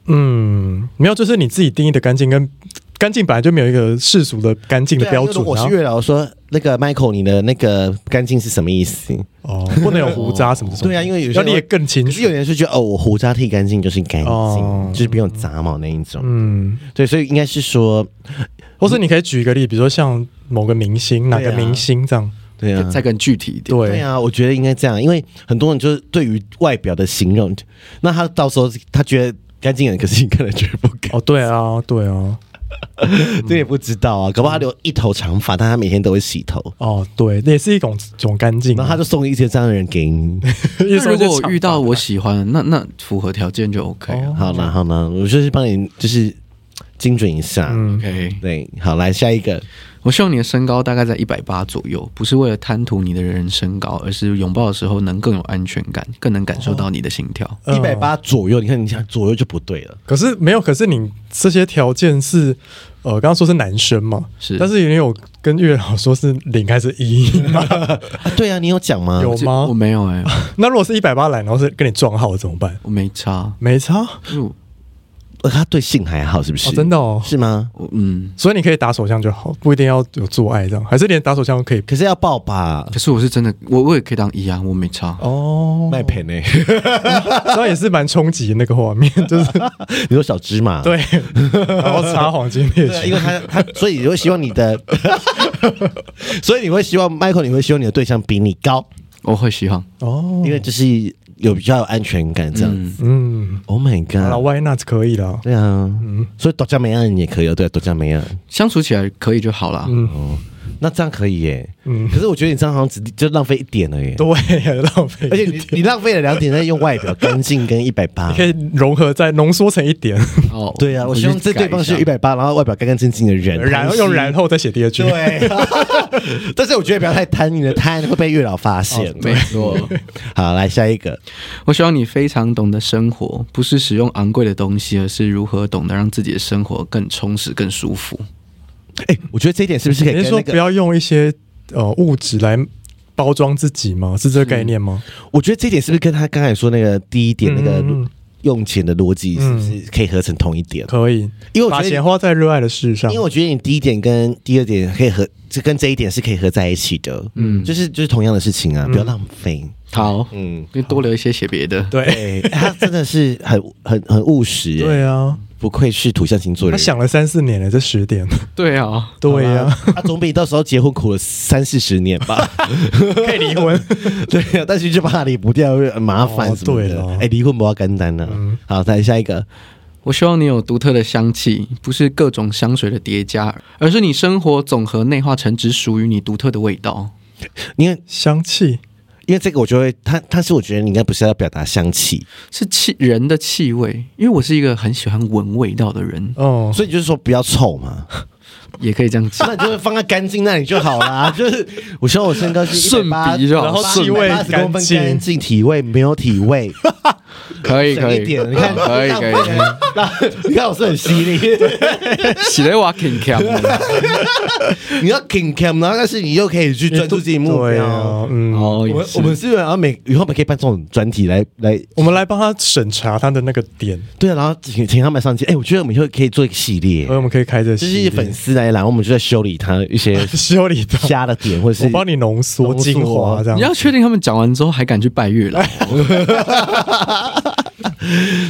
B: 嗯，没有，就是你自己定义的干净跟干净本来就没有一个世俗的干净的
A: 对啊
B: 标
A: 因为如
B: 准
A: 果我
B: 啊
A: 是。月老，我说那个 Michael，你的那个干净是什么意思？
B: 哦，不能有胡渣什么什 么。
A: 对啊因为有些
B: 要列更清
A: 可
B: 楚
A: 是有。人是觉得哦，我胡渣剃干净就是干净，
B: 哦
A: 就是不用杂毛那一种。
B: 嗯，
A: 对，所以应该是说，
B: 或是你可以举一个例，比如说像某个明星，哪
A: 对
B: 个
A: 啊
B: 明星这样。
A: 对啊，
C: 再更具体一点。
B: 对，
A: 对啊，我觉得应该这样，因为很多人就是对于外表的形容，那他到时候他觉得干净人，可是你可能觉得不干，
B: 哦，对啊，对啊，
A: 这也不知道啊，搞不好他留一头长发，但他每天都会洗头，
B: 哦，对，那也是一种种干净啊。
A: 然后他就送一些这样的人给你。
B: 一
C: 那
B: 说
C: 如
B: 就
C: 果我
B: 长
C: 遇到
B: 发
C: 我喜欢的，那那符合条件就 OK
B: 哦
C: 啊。
A: 好啦好啦，我就是帮你就是精准一下。
B: 嗯
C: OK，
A: 对，好来下一个，
C: 我希望你的身高大概在一百八左右，不是为了贪图你的人身高，而是拥抱的时候能更有安全感，更能
B: 哦
C: 感受到你的心跳。
B: 嗯
A: 一百八左右，你看你想左右就不对了。
B: 可是没有，可是你这些条件是，呃，刚刚说是男生嘛，
C: 是
B: 但是也有跟月老说是零还是一嘛？
A: 啊对啊，你有讲吗？
B: 有
C: 这我
B: 吗？
C: 没有哎、
B: 那如果是一百八来，然后是跟你撞号怎么办？
C: 我没差。
B: 没差
C: 因
A: 嗯
C: 为我
A: 呃他对性还好是不是？
B: 哦，真的哦，
A: 是吗？
C: 我嗯，
B: 所以你可以打手枪就好，不一定要有做爱这样，还是连打手枪都可以
A: 可是要抱吧，
C: 可是我是真的，我我也可以当一啊，我没差。
B: 哦，
A: 麦片呢？
B: 那也是蛮冲击那个画面， 就是
A: 你说小芝麻？
B: 对，然后插黄金猎
A: 对啊，因
B: 犬，
A: 为他他，所以你会希望你的， 所以你会希望 Michael，你会希望你的对象比你高，
C: 我会希望
B: 哦
A: 因，为就是有比较有安全感这样子。
B: 嗯，
A: Oh my
B: 好了嗯
A: god！
B: ，Why not 可以了，
A: 对啊，所以多加梅亚人也可以哦，对、啊，多加梅亚。
C: 相处起来可以就好啦。
A: 哦，那这样可以耶。
B: 嗯，
A: 可是我觉得你这样好像只就浪费一点而已，
B: 对，浪费一
A: 而且
B: 点，
A: 你你浪费了两点在用外表干净跟一百八
B: 你。可以融合再浓缩成一点，
C: 哦，
A: 对啊，我希望
C: 去
A: 这对方
C: 改一下
A: 是一百八，然后外表干干净净的人，
B: 然后
A: 贪
B: 用
A: 心
B: 然后再写第二句。
A: 对， 但是我觉得不要太贪，你的贪会被月老发
B: 哦
A: 现。
C: 没错。
A: 好，来下一个，
C: 我希望你非常懂得生活，不是使用昂贵的东西，而是如何懂得让自己的生活更充实、更舒服。
A: 哎、我觉得这一点是不是可以
B: 你是
A: 跟
B: 说
A: 那
B: 不
A: 个？
B: 要用一些呃物质来包装自己吗？是这个概念吗？
A: 我觉得这一点是不是跟他刚才说那个第一点那个
B: 嗯嗯嗯
A: 用钱的逻辑是不是可以合成同一点？
B: 可以，
A: 因为我
B: 把
A: 觉
B: 钱
A: 得。
B: 花在热爱的事上
A: 因为。我觉得你第一点跟第二点可以合，这跟这一点是可以合在一起的，嗯，就是就是同样的事情啊，
B: 嗯
A: 不要浪费，
C: 好，
A: 嗯，
C: 因为多留一些写别的。
B: 对
A: 对， 他真的是很很很务实，，
B: 对啊，
A: 不愧是土象星座的
B: 他
A: 人，
B: 想了三四年了，这十点。
C: 对啊，
B: 对呀，
A: 他总比到时候结婚苦了三四十年吧，
B: 可以离婚。
A: 对啊，但是就怕离不掉，很麻烦
B: 哦
A: 什么
B: 对
A: 的。
B: 咯
A: 哎、离婚不要干单呢、好，再来下一个。
C: 我希望你有独特的香气，不是各种香水的叠加，而是你生活总和内化成只属于你独特的味道。
A: 因为
B: 香气
A: 因为这个，我就会，他他是我觉得你应该不是要表达香气，
C: 是气人的气味，因为我是一个很喜欢闻味道的人，
B: 哦，
A: 所以就是说不要臭嘛，
C: 也可以这样讲。
A: 那你就是放在干净那里就好啦。就是我希望我身高是
C: 顺
A: 180
C: 鼻绕
B: 然后气味
A: 八十公分
B: 干净
A: 干净，体味没有体味，
C: 可以
A: 省一点。你 看，浪费 了，浪你看我是很犀利。
C: 洗了我 king cam。
A: 你要 king cam，然后但是你又可以去专注自己目
B: 对
A: 标
B: 啊。，嗯，
C: 哦，
A: 我
C: 也
A: 们
C: 是
A: 我们是不是要每以后我们可以办这种专题来来
B: 我们来帮他审查他的那个点，
A: 对啊，然后请请他们上街。哎、我觉得我们以后可以做一个系列
B: 所以，我们可以开这
A: 就是粉丝来然后我们就在修理他一 些
B: 修理的，
A: 瞎的点，或者
B: 我
A: 是
B: 帮你浓缩
A: 浓缩
B: 精华这样
C: 你。要确定他们讲完之后还敢去拜月老，
A: 哎
B: 欸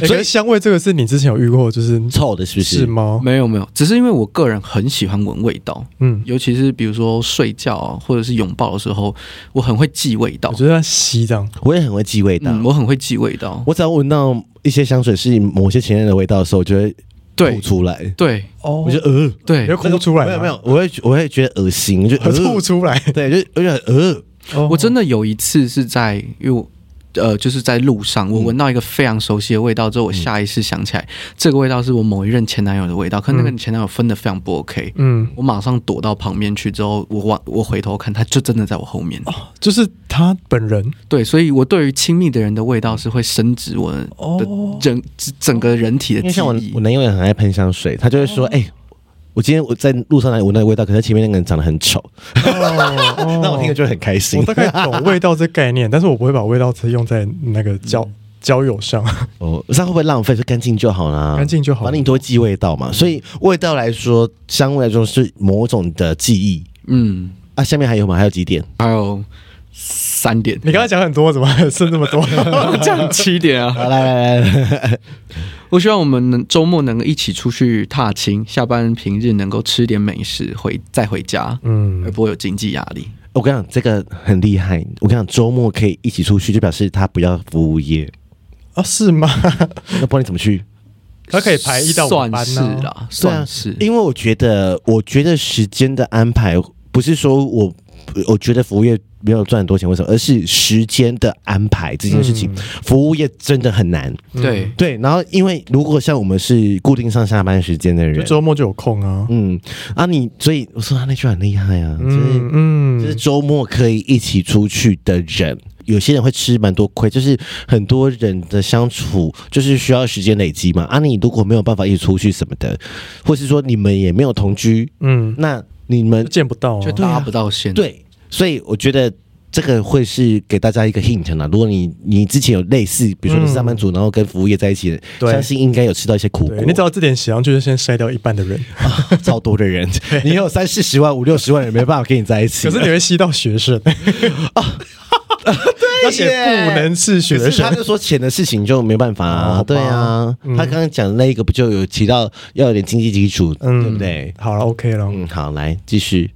B: 可是香味这个是你之前有遇过，就是
A: 臭的，是不是？
B: 是吗？
C: 没有没有，只是因为我个人很喜欢闻味道，
B: 嗯，
C: 尤其是比如说睡觉啊或者是拥抱的时候，我很会记味道
B: 我。觉得要吸这样。
A: 我也很会记味道，
C: 嗯，我很会记味道。
A: 我只要闻到一些香水是某些前任的味道的时候，我就会
C: 对
A: 吐出来，
C: 对
B: 哦
A: 我就呃，
C: 对
B: 你会，哭出来
A: 没
B: 吗？
A: 有没有，我会我会觉得恶心，就
B: 会 吐
A: 呃，
B: 出来。
A: 对，就我就很呃，
C: 我真
B: 的
C: 的有一次是在因为我。呃，就是在路上，我闻到一个非常熟悉的味道之后，我下意识想起来，这个味道是我某一任前男友的味道。可那个前男友分的非常不 OK，
B: 嗯，
C: 我马上躲到旁边去。之后我往我回头看，他就真的在我后面。
B: 就是他本人
C: 对，所以我对于亲密的人的味道是会升值我的
B: 哦
C: 整、整个人体的
A: 因为
C: 记
A: 像我
C: 忆
A: 我。男友也很爱喷香水，他就会说，哎、我今天我在路上来闻那个味道，可是前面那个人长得很丑，
B: 哦
A: 那我听了就会很开心
B: 我。大概懂味道这概念，但是我不会把味道直接用在那个交交友上。
A: 哦，这样会不会浪费？就干净就好啦，
B: 干净就好
A: 反正你都会记味道嘛。所以味道来说，香味来说是某种的记忆
C: 嗯，
A: 啊。下面还有吗？还有几点？
C: 还有三点，
B: 你刚才讲很多，怎么 还剩那么多？
C: 讲七点啊！
A: 好，来来来来，来
C: 我希望我们能周末能够一起出去踏青，下班平日能够吃点美食回再回家，而
B: 嗯，
C: 不会有经济压力。
A: 我跟你讲，这个很厉害。我跟你讲，周末可以一起出去，就表示他不要服务业。
B: 啊，是吗？
A: 那不然你怎么去？
B: 他可以排一到五班呢
C: 算是啦，
A: 对啊
C: 算是，
A: 因为我觉得，我觉得时间的安排不是说我，我觉得服务业没有赚很多钱，为什么？而是时间的安排这
B: 嗯
A: 件事情，服务业真的很难。
C: 对，
A: 对，然后因为如果像我们是固定上下班时间的
B: 就
A: 人，
B: 周末就有空啊。
A: 嗯，啊你，所以我说他那句很厉害啊，就是
B: 嗯嗯，
A: 就是周末可以一起出去的人，有些人会吃蛮多亏，就是很多人的相处就是需要时间累积嘛。啊，你如果没有办法一起出去什么的，或是说你们也没有同居，
B: 嗯，
A: 那你们
B: 就见不到啊
C: 就。拉不到线。，
A: 对，所以我觉得。这个会是给大家一个 hint 啦。如果你你之前有类似，比如说你是上班族，然后跟服务业在一起的，
B: 嗯对
A: 相信应该有吃到一些苦果
B: 对。你只要这点写上去，就先筛掉一半的人。
A: 啊，超多的 人， 你有三四十万、五六十万人没办法跟你在一起。
B: 可是你会吸到 学生，啊要写不能是学
A: 可是他
B: 生。
A: 就说钱的事情就没办法
B: 哦
A: 啊
B: 好吧，
A: 对啊，他刚刚讲的那一个不就有提到要有点经济基础，
B: 嗯
A: 对不对？
B: 好了，OK 了。
A: 嗯，好，来继续。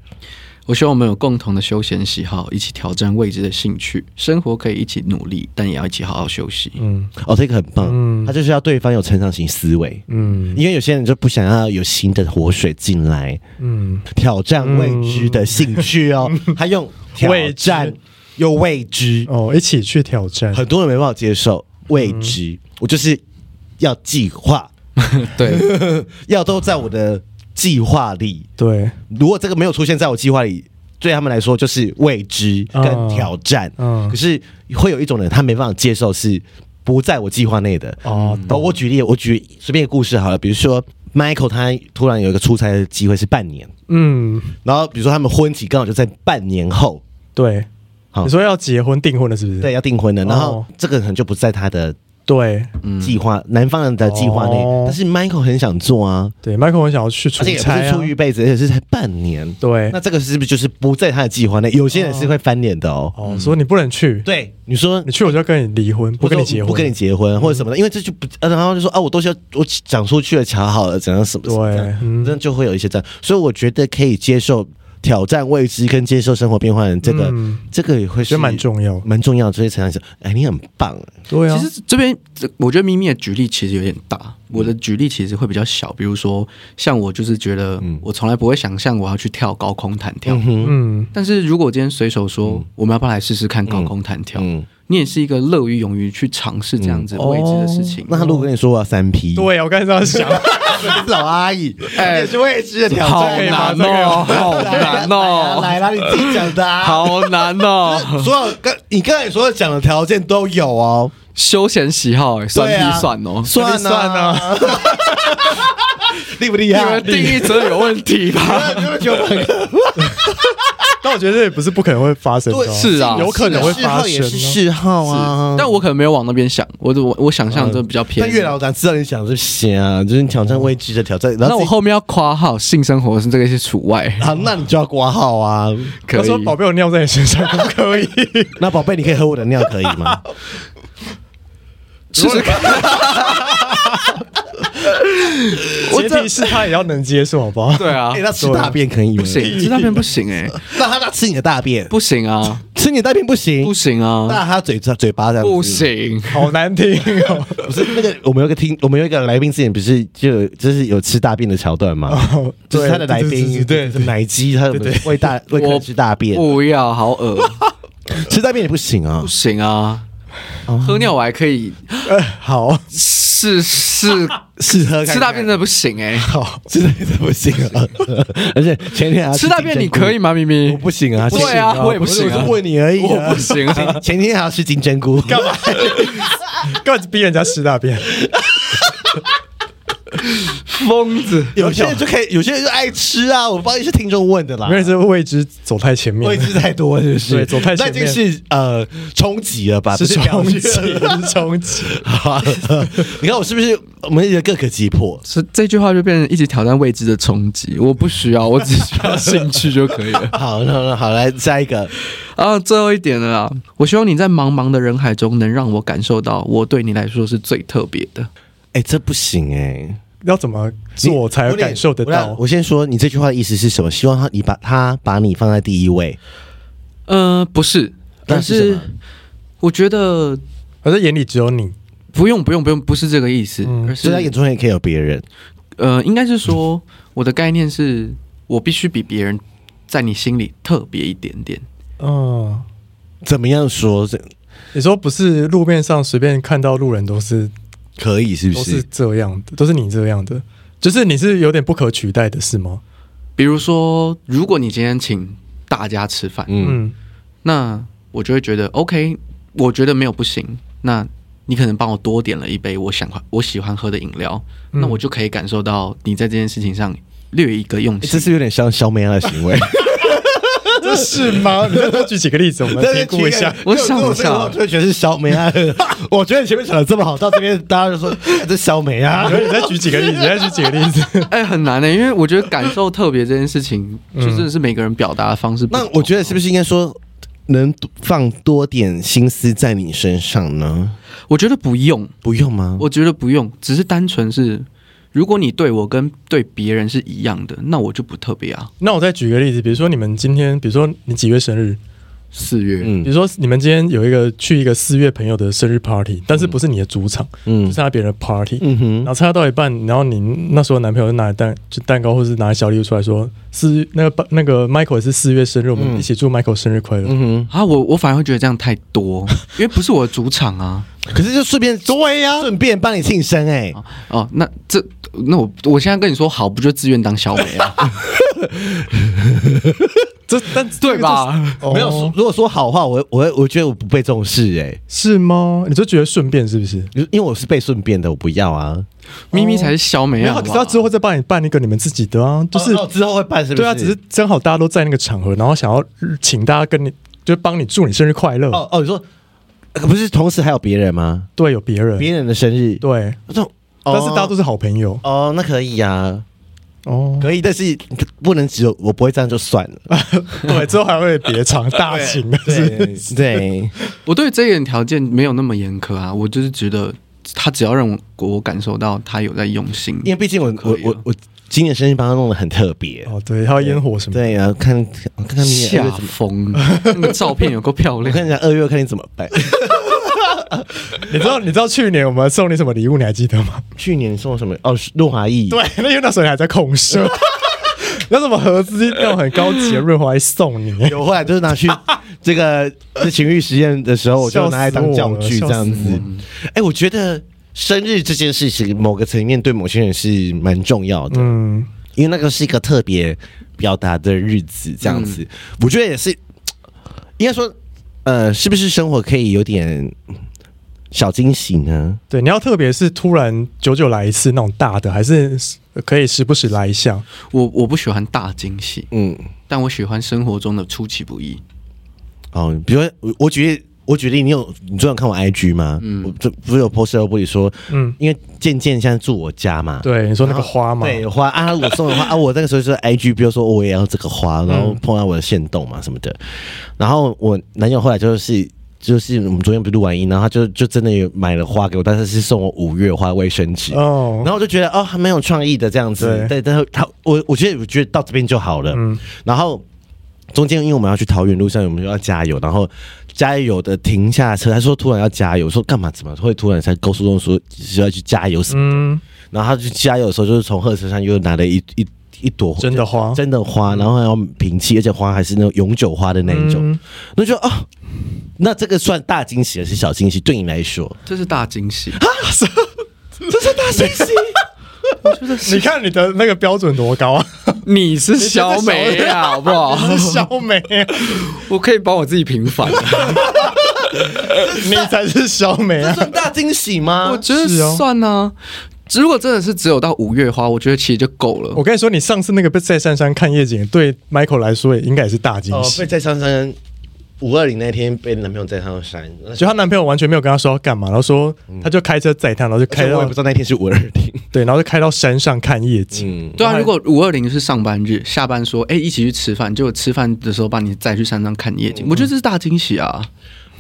C: 我希望我们有共同的休闲喜好，一起挑战未知的兴趣，生活可以一起努力，但也要一起好好休息。
B: 嗯
A: 哦，这个很棒，
B: 嗯
A: 他就是要对方有成长型思维，
B: 嗯
A: 因为有些人就不想要有新的活水进来，
B: 嗯，
A: 挑战未知的兴趣哦。 他用挑
B: 未知
A: 战又未知，
B: 哦，一起去挑战。
A: 很多人没办法接受未
B: 嗯
A: 知，我就是要计划，嗯 啊
C: 对，
A: 要都在我的计划里。
B: 对，
A: 如果这个没有出现在我计划里，对他们来说就是未知跟挑战。
B: 嗯
A: 可是会有一种人，他没办法接受是不在我计划内的。
B: 哦，
A: 哦，我举例，我举随便一个故事好了，比如说 Michael 他突然有一个出差的机会是半年，
B: 嗯，
A: 然后比如说他们婚期刚好就在半年后，
B: 对。
A: 好
B: 你说要结婚订婚了是不是？
A: 对，要订婚了，然后
B: 哦
A: 这个可能就不在他的
B: 对
A: 计划，
B: 嗯
A: 男方人的计划内，
B: 哦
A: 但是 Michael 很想做啊，
B: 对，Michael 很想要去
A: 而
B: 哦出
A: 且也不
B: 差
A: 是
B: 啊
A: 出。一辈子，而且是才半年。
B: 对
A: 那，这个是不是就是不在他的计划内？有些人是会翻脸的哦。
B: 哦，所以你不能去，
A: 对，你说
B: 你去我就要跟你离婚，不跟你结婚，
A: 不跟你结婚或者什么的，因为这就不，呃然后就说啊，我都是要我讲出去了，瞧好了，怎样什么什么
B: 对
A: 这样，
B: 嗯
A: 那就会有一些这样，所以我觉得可以接受挑战未知跟接受生活变换，这个、
B: 嗯
A: 这个也会
B: 觉
A: 是
B: 得蛮重要。
A: 蛮重要的，所以陈先生，哎，你很棒，
B: 对啊
C: 其，实这边这我觉得咪咪的举例其实有点大，我的举例其实会比较小，比如说像我就是觉得
A: 嗯
C: 我从来不会想象我要去跳高空弹跳，
B: 嗯，
C: 但是如果我今天随手说、我们要不要来试试看高空弹跳，
A: 嗯，
C: 你也是一个乐于勇于去尝试这样子未知的事情。
A: 那他如果跟你说啊我要三 P，，
B: 对，我刚才这样想，
A: 老阿姨，
C: 哎
A: 也是未知的挑
C: 好
A: 战，可以吗
C: 难哦，好难哦，
A: 来啦，你自己讲的、啊，。
C: 好难哦！
A: 所有刚你刚才所有讲的条件都有哦，
C: 休闲喜好哎，算
A: 对啊
C: 不算哦？
A: 算呢、
B: 算
A: 啊， 厉不厉
C: 你
A: 害
C: 们？定义真的有问题 吧？
A: 你们觉得我很
B: 但我觉得这也不是不可能会发生的哦，
A: 对
C: 是啊
B: 有可能会发
A: 嗜好
B: 生
A: 也是
B: 哦。
A: 嗜好啊
C: 是，。但我可能没有往那边想，我我我想象的比较偏
A: 但。月嗯老咱知道你想这些啊，就是你挑战未知的挑战。然
C: 那
A: 后
C: 我
A: 自己
C: 后面要夸号性生活是这个是除 外，
A: 啊，那你就要挂号啊。
C: 可
B: 他说：“
C: 以
B: 宝。贝，我尿在你身上可不可以
A: 那宝贝，你可以喝我的尿可以 吗？
C: 试试
A: 啊
C: 看。？”我
B: 前
C: 这
B: 提是他也要能接受，好不好？
C: 对啊
A: 哎，，那吃大便可以吗？
C: 不，行，这那边不行哎，
A: 那他那吃你的大便，
C: 不行啊，
A: 吃你的大便不行
C: 不。行啊，
A: 哎那他嘴嘴巴这样子
C: 不行。
B: 好难听哦。
A: 不是那个，我们有一个听，我们有一个来宾之前不是就有就是有吃大便的桥 段吗？
B: 哦
A: 就是他的来
B: 对
A: 宾，
B: 对对对
A: 奶鸡，他喂大喂客人吃大便，
C: 不要，好恶，
A: 吃大便也不行啊
C: 不。行啊！
A: 哦
C: 喝尿我还可以
B: 呃，好，
C: 试试，
A: 是 喝看看
C: 吃大便真的不行哎、
A: 好，吃大便真的不行 啊。而且前天还要
C: 吃大便你可
A: 金
C: 以
A: 针
C: 吗？咪咪，
A: 菇？我不行啊，
C: 对啊
A: 金针菇
C: 我也不行啊
A: 我是问你而已啊。
C: 我不行啊
A: 前前天还要吃金针菇，干嘛？
B: 干嘛逼人家吃大便？
C: 疯子，
A: 有些人就可以，有些人就爱吃啊。我帮一些听众问的啦，
B: 因为这位置走太前面了，
A: 位置太多是不是？
B: 对走太前面
A: 那已经是呃冲击了吧？
B: 是冲
A: 不
B: 击，
A: 是表现了
B: 是冲击。
A: 好 你看我是不是我们也各个击破？
C: 这这句话就变成一直挑战未知的冲击。我不需要，我只需要兴趣就可以了。
A: 好， 那那好，来下一个。
C: 然后最后一点了啦，我希望你在茫茫的人海中，能让我感受到我对你来说是最特别的。
A: 哎、这不行哎、
B: 要怎么做才有感受得
A: 我
B: 到
A: 我？我先说，你这句话的意思是什么？希望他你把他把你放在第一位，
C: 呃，不是，
A: 但
C: 但
A: 是什
C: 是
A: 么
C: 我觉得
B: 我在眼里只有你，
C: 不用不用不用，不是这个意思，
B: 嗯
C: 而
A: 所以他眼
C: 是
A: 中也可以有别人。
C: 呃，应该是说我的概念是我必须比别人在你心里特别一点点。
B: 嗯，
A: 怎么样说这
B: 你说不是路面上随便看到路人都是
A: 可以？是不
B: 都是
A: 是？
B: 这样的，都是你这样的，就是你是有点不可取代的，是吗？
C: 比如说，如果你今天请大家吃饭，
A: 嗯，
B: 嗯，
C: 那我就会觉得 OK，我觉得没有不行。那你可能帮我多点了一杯我想我喜欢喝的饮料，
B: 嗯
C: 那我就可以感受到你在这件事情上略一个用
A: 哎这
C: 心。
A: 是有点像肖妹她的行 为。
B: 这是吗？ 你再多举几个例子，我们
A: 对
B: 评估一下。
C: 我想一下
A: 我就觉得是肖梅啊。我觉得你前面讲的这么好，到这边大家 就说哎这肖梅啊
B: 然。后你再举几个例 子，你再举几个例子。
C: 哎、很难呢、因为我觉得感受特别这件事情，就真的是每个人表达的方式不
A: 那
C: 同。
A: 我觉得是不是应该说，能放多点心思在你身上呢？
C: 我觉得不用，
A: 不用吗？
C: 我觉得不用，只是单纯是，如果你对我跟对别人是一样的，那我就不特别啊。
B: 那我再举个例子，比如说你们今天，比如说你几月生日？
C: 四月，
B: 比
A: 嗯
B: 如说你们今天有一个去一个四月朋友的生日 party，但是不是你的主场，是
A: 嗯
B: 参加别人的 party，
A: 嗯
B: 然
A: 哼，
B: 后参加到一半，然后你那时候男朋友就拿蛋就蛋糕，或是拿小礼物出来说，四那个那个 Michael 是四月生日，我们一起祝 Michael 生日快乐。
A: 嗯哼。
C: 啊，我我反而会觉得这样太多， 因为不是我的主场啊。
A: 可是就顺便对呀，顺便帮你庆生哎。
C: 哦，那这那我我现在跟你说好，不就自愿当小美啊？
B: 这但
C: 对吧？
B: 哦
A: 没有，说如果说好话，我我我觉得我不被重视哎。
B: 是吗？你就觉得顺便是不是？
A: 因为我是被顺便的，我不要啊。
C: 咪咪才是小美
B: 哦没有，
C: 啊！
B: 可是他之后会再帮你办一个你们自己的啊，就是、
A: 哦哦之后会办，是不是？
B: 对啊，只是正好大家都在那个场合，然后想要请大家跟你，就帮你祝你生日快乐。
A: 哦哦，你说呃不是同时还有别人吗？
B: 对，有别人，
A: 别人的生日，
B: 对，
A: 我说
B: 但是大家都
A: 哦
B: 是好朋友
A: 哦，那可以呀，
B: 哦。
A: 可以，但是不能只有我不会这样就算了。
B: 对，之后还会别场大型的，
A: 对对，
C: 我对这一点条件没有那么严苛啊，我就是觉得他只要让我我感受到他有在用心，
A: 因为毕竟我
C: 可
A: 我
C: 以啊
A: 我我今年生日帮他弄得很特别。
B: 哦，对，还有烟火什么的，
A: 对呀，看看看明年二
C: 吓
A: 月怎么，
C: 疯了，那个照片有够漂
A: 我
C: 亮。
A: 看一下二月看你怎么办。
B: 你知道你知道去年我们送你什么礼物，你还记得 吗？
A: 去年送什么？哦，是润滑液。
B: 对， 那因为那时候你还在控 射，那什么盒子那种很高级的润滑液送你，
A: 有，后来就是 拿去这个这情欲实验的时候，我就拿来当教具这样
B: 笑死我
A: 子。哎，我觉得生日这件事情，某个层面对某些人是蛮重要的，
B: 嗯，
A: 因为那个是一个特别表达的日子，这样
B: 嗯
A: 子，我觉得也是，应该说，呃，是不是生活可以有点小惊喜呢？
B: 对，你要特别是突然久久来一次那种大的，还是可以时不时来一下，
C: 我我不喜欢大惊喜，
A: 嗯，
C: 但我喜欢生活中的出其不意。
A: 哦，比如说我我举例，我举例，你有你昨晚看我 IG 吗？我这不是有 post 在不里说，
B: 嗯，
A: 因为健健现在住我家嘛，
B: 对，你说那个花嘛，
A: 啊对花啊，我送的花啊，我那个时候就是 IG，比如说我也要这个花，然后碰到我的线动嘛什么的，然后我男友后来就是。就是我们昨天不是录完音，然后他就就真的有买了花给我，但是是送我五月花卫生纸，
B: 哦，
A: 然后我就觉得哦，还蛮有创意的这样子。对，
B: 对
A: 但是他我我觉得我觉得到这边就好了。
B: 嗯
A: 然后中间因为我们要去桃园路上，我们就要加油，然后加油的停下车，他说突然要加油，我说干嘛？怎么会突然在高速公路说是要去加油什么？
B: 嗯，
A: 然后他去加油的时候，就是从贺车上又拿了一一一朵
B: 真的花，
A: 真的花，然后还要瓶器，而且花还是那种永久花的那一种。
B: 嗯
A: 那就哦，那这个算大惊喜还是小惊喜？对你来说，
C: 这是大惊喜，
A: 这是大惊 喜。
C: 我觉得
B: 你
C: 是
B: 看你的那个标准多高 啊！
C: 你是小美啊呀、 好不 好？
B: 你是小美，
C: 我可以帮我自己平反、啊
B: 你才是小美
A: 这
B: 啊！
A: 算大惊喜吗？
C: 我觉得
B: 是哦
C: 算啊。只如果真的是只有到五月花，我觉得其实就够了。
B: 我跟你说，你上次那个被在山上看夜景，对 Michael 来说也应该也是大惊
A: 哦，
B: 喜
A: 被。在上山五二零那天被男朋友在上山，那
B: 就她男朋友完全没有跟她说要干嘛，然后说她就开车载她，然后就开
A: 而且我
C: 哎
B: 到
A: 也不知道那天是五二零，
B: 对，然后就开到山上看夜景。
A: 嗯，
C: 对啊，
B: 我还
C: 如果五二零是上班日，下班说哎、一起去吃饭，结果吃饭的时候把你载去山上看夜景，我觉得这是大惊喜啊！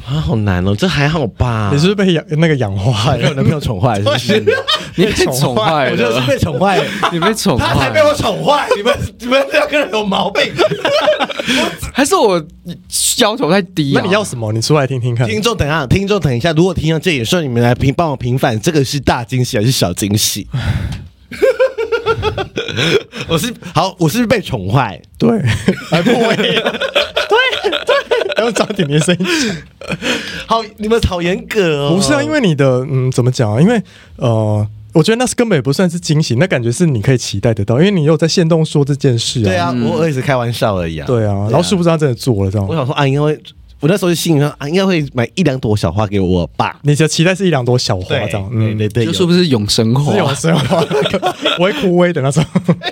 A: 啊，好难哦，这还好吧？
B: 你是不是被养那个养
A: 啊
B: 花
A: 让
B: 了？
A: 我男朋友宠 坏，是不是？
C: 你被宠坏
A: 我就是
C: 了，
A: 被宠坏了。
C: 你被 宠
A: 他
C: 坏
A: 才被
C: 了，
A: 我宠坏，你们你们两个人有毛病。
C: 还是我要求太低、
B: 那
C: 啊？
B: 你要什么？你出来听听 看。
A: 听众等一下，听众等一下，如果听到这里，说你们来评帮我平反，这个是大惊喜还是小惊 喜？我是好，我是不是被宠坏？
B: 对，
A: 啊
B: 还不会。对对，要找点点声音讲。
A: 好，你们好严格哦。
B: 不是啊，因为你的嗯，怎么讲啊？因为呃，我觉得那是根本也不算是惊喜，那感觉是你可以期待得到，因为你有在线动说这件事啊。
A: 对啊，我也是开玩笑而已啊。
B: 对啊，然后殊不知他真的做了，这
A: 我
B: 样。
A: 想说啊，应该会，我那时候就心里说啊，应该会买一两朵小花给我爸。
B: 你的期待是一两朵小花这样，
A: 对
B: 嗯，
A: 对对，
C: 就说不是永生啊花
B: 是 有时候我会枯萎的那种。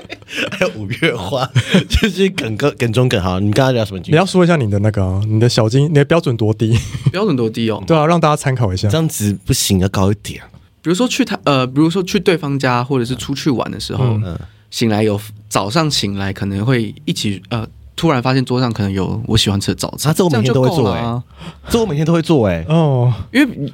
A: 还有五月花， 就是梗哥梗中梗好，你们刚刚聊什么剧
B: 你？要说一下你的那个啊、你的小金，你的标准多低？
C: 标准多低哦？
B: 对啊，让大家参 考一下
A: 这。样子不行，要高一点。
C: 比如说去他呃，比如说去对方家，或者是出去玩的时候，
A: 嗯
C: 醒来有早上醒来可能会一起呃，突然发现桌上可能有我喜欢吃的早餐，
A: 啊这我每天
C: 样就
A: 都会
C: 够
A: 做
C: 了啊
A: 这我每天都会做哎、
B: 哦，
C: 因为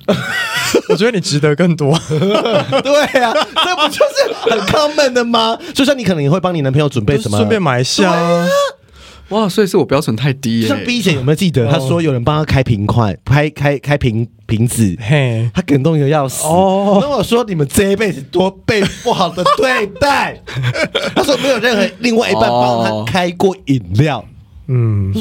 B: 我觉得你值得更 多。
A: 对啊， 这不就是很 common 的吗？就像你可能也会帮你男朋友准备什么，
B: 顺便买一下啊。
C: 哇，所以是我标准太低
A: 就
C: 耶、
A: 像 B 姐有没有记得，
B: 哦
A: 她说有人帮她开瓶块，开开开瓶瓶子，
B: 嘿，
A: 她感动的要死。
B: 哦
A: 那我说你们这一辈子多被不好的对 待。她说没有任何另外一半帮她开过饮料，
B: 嗯，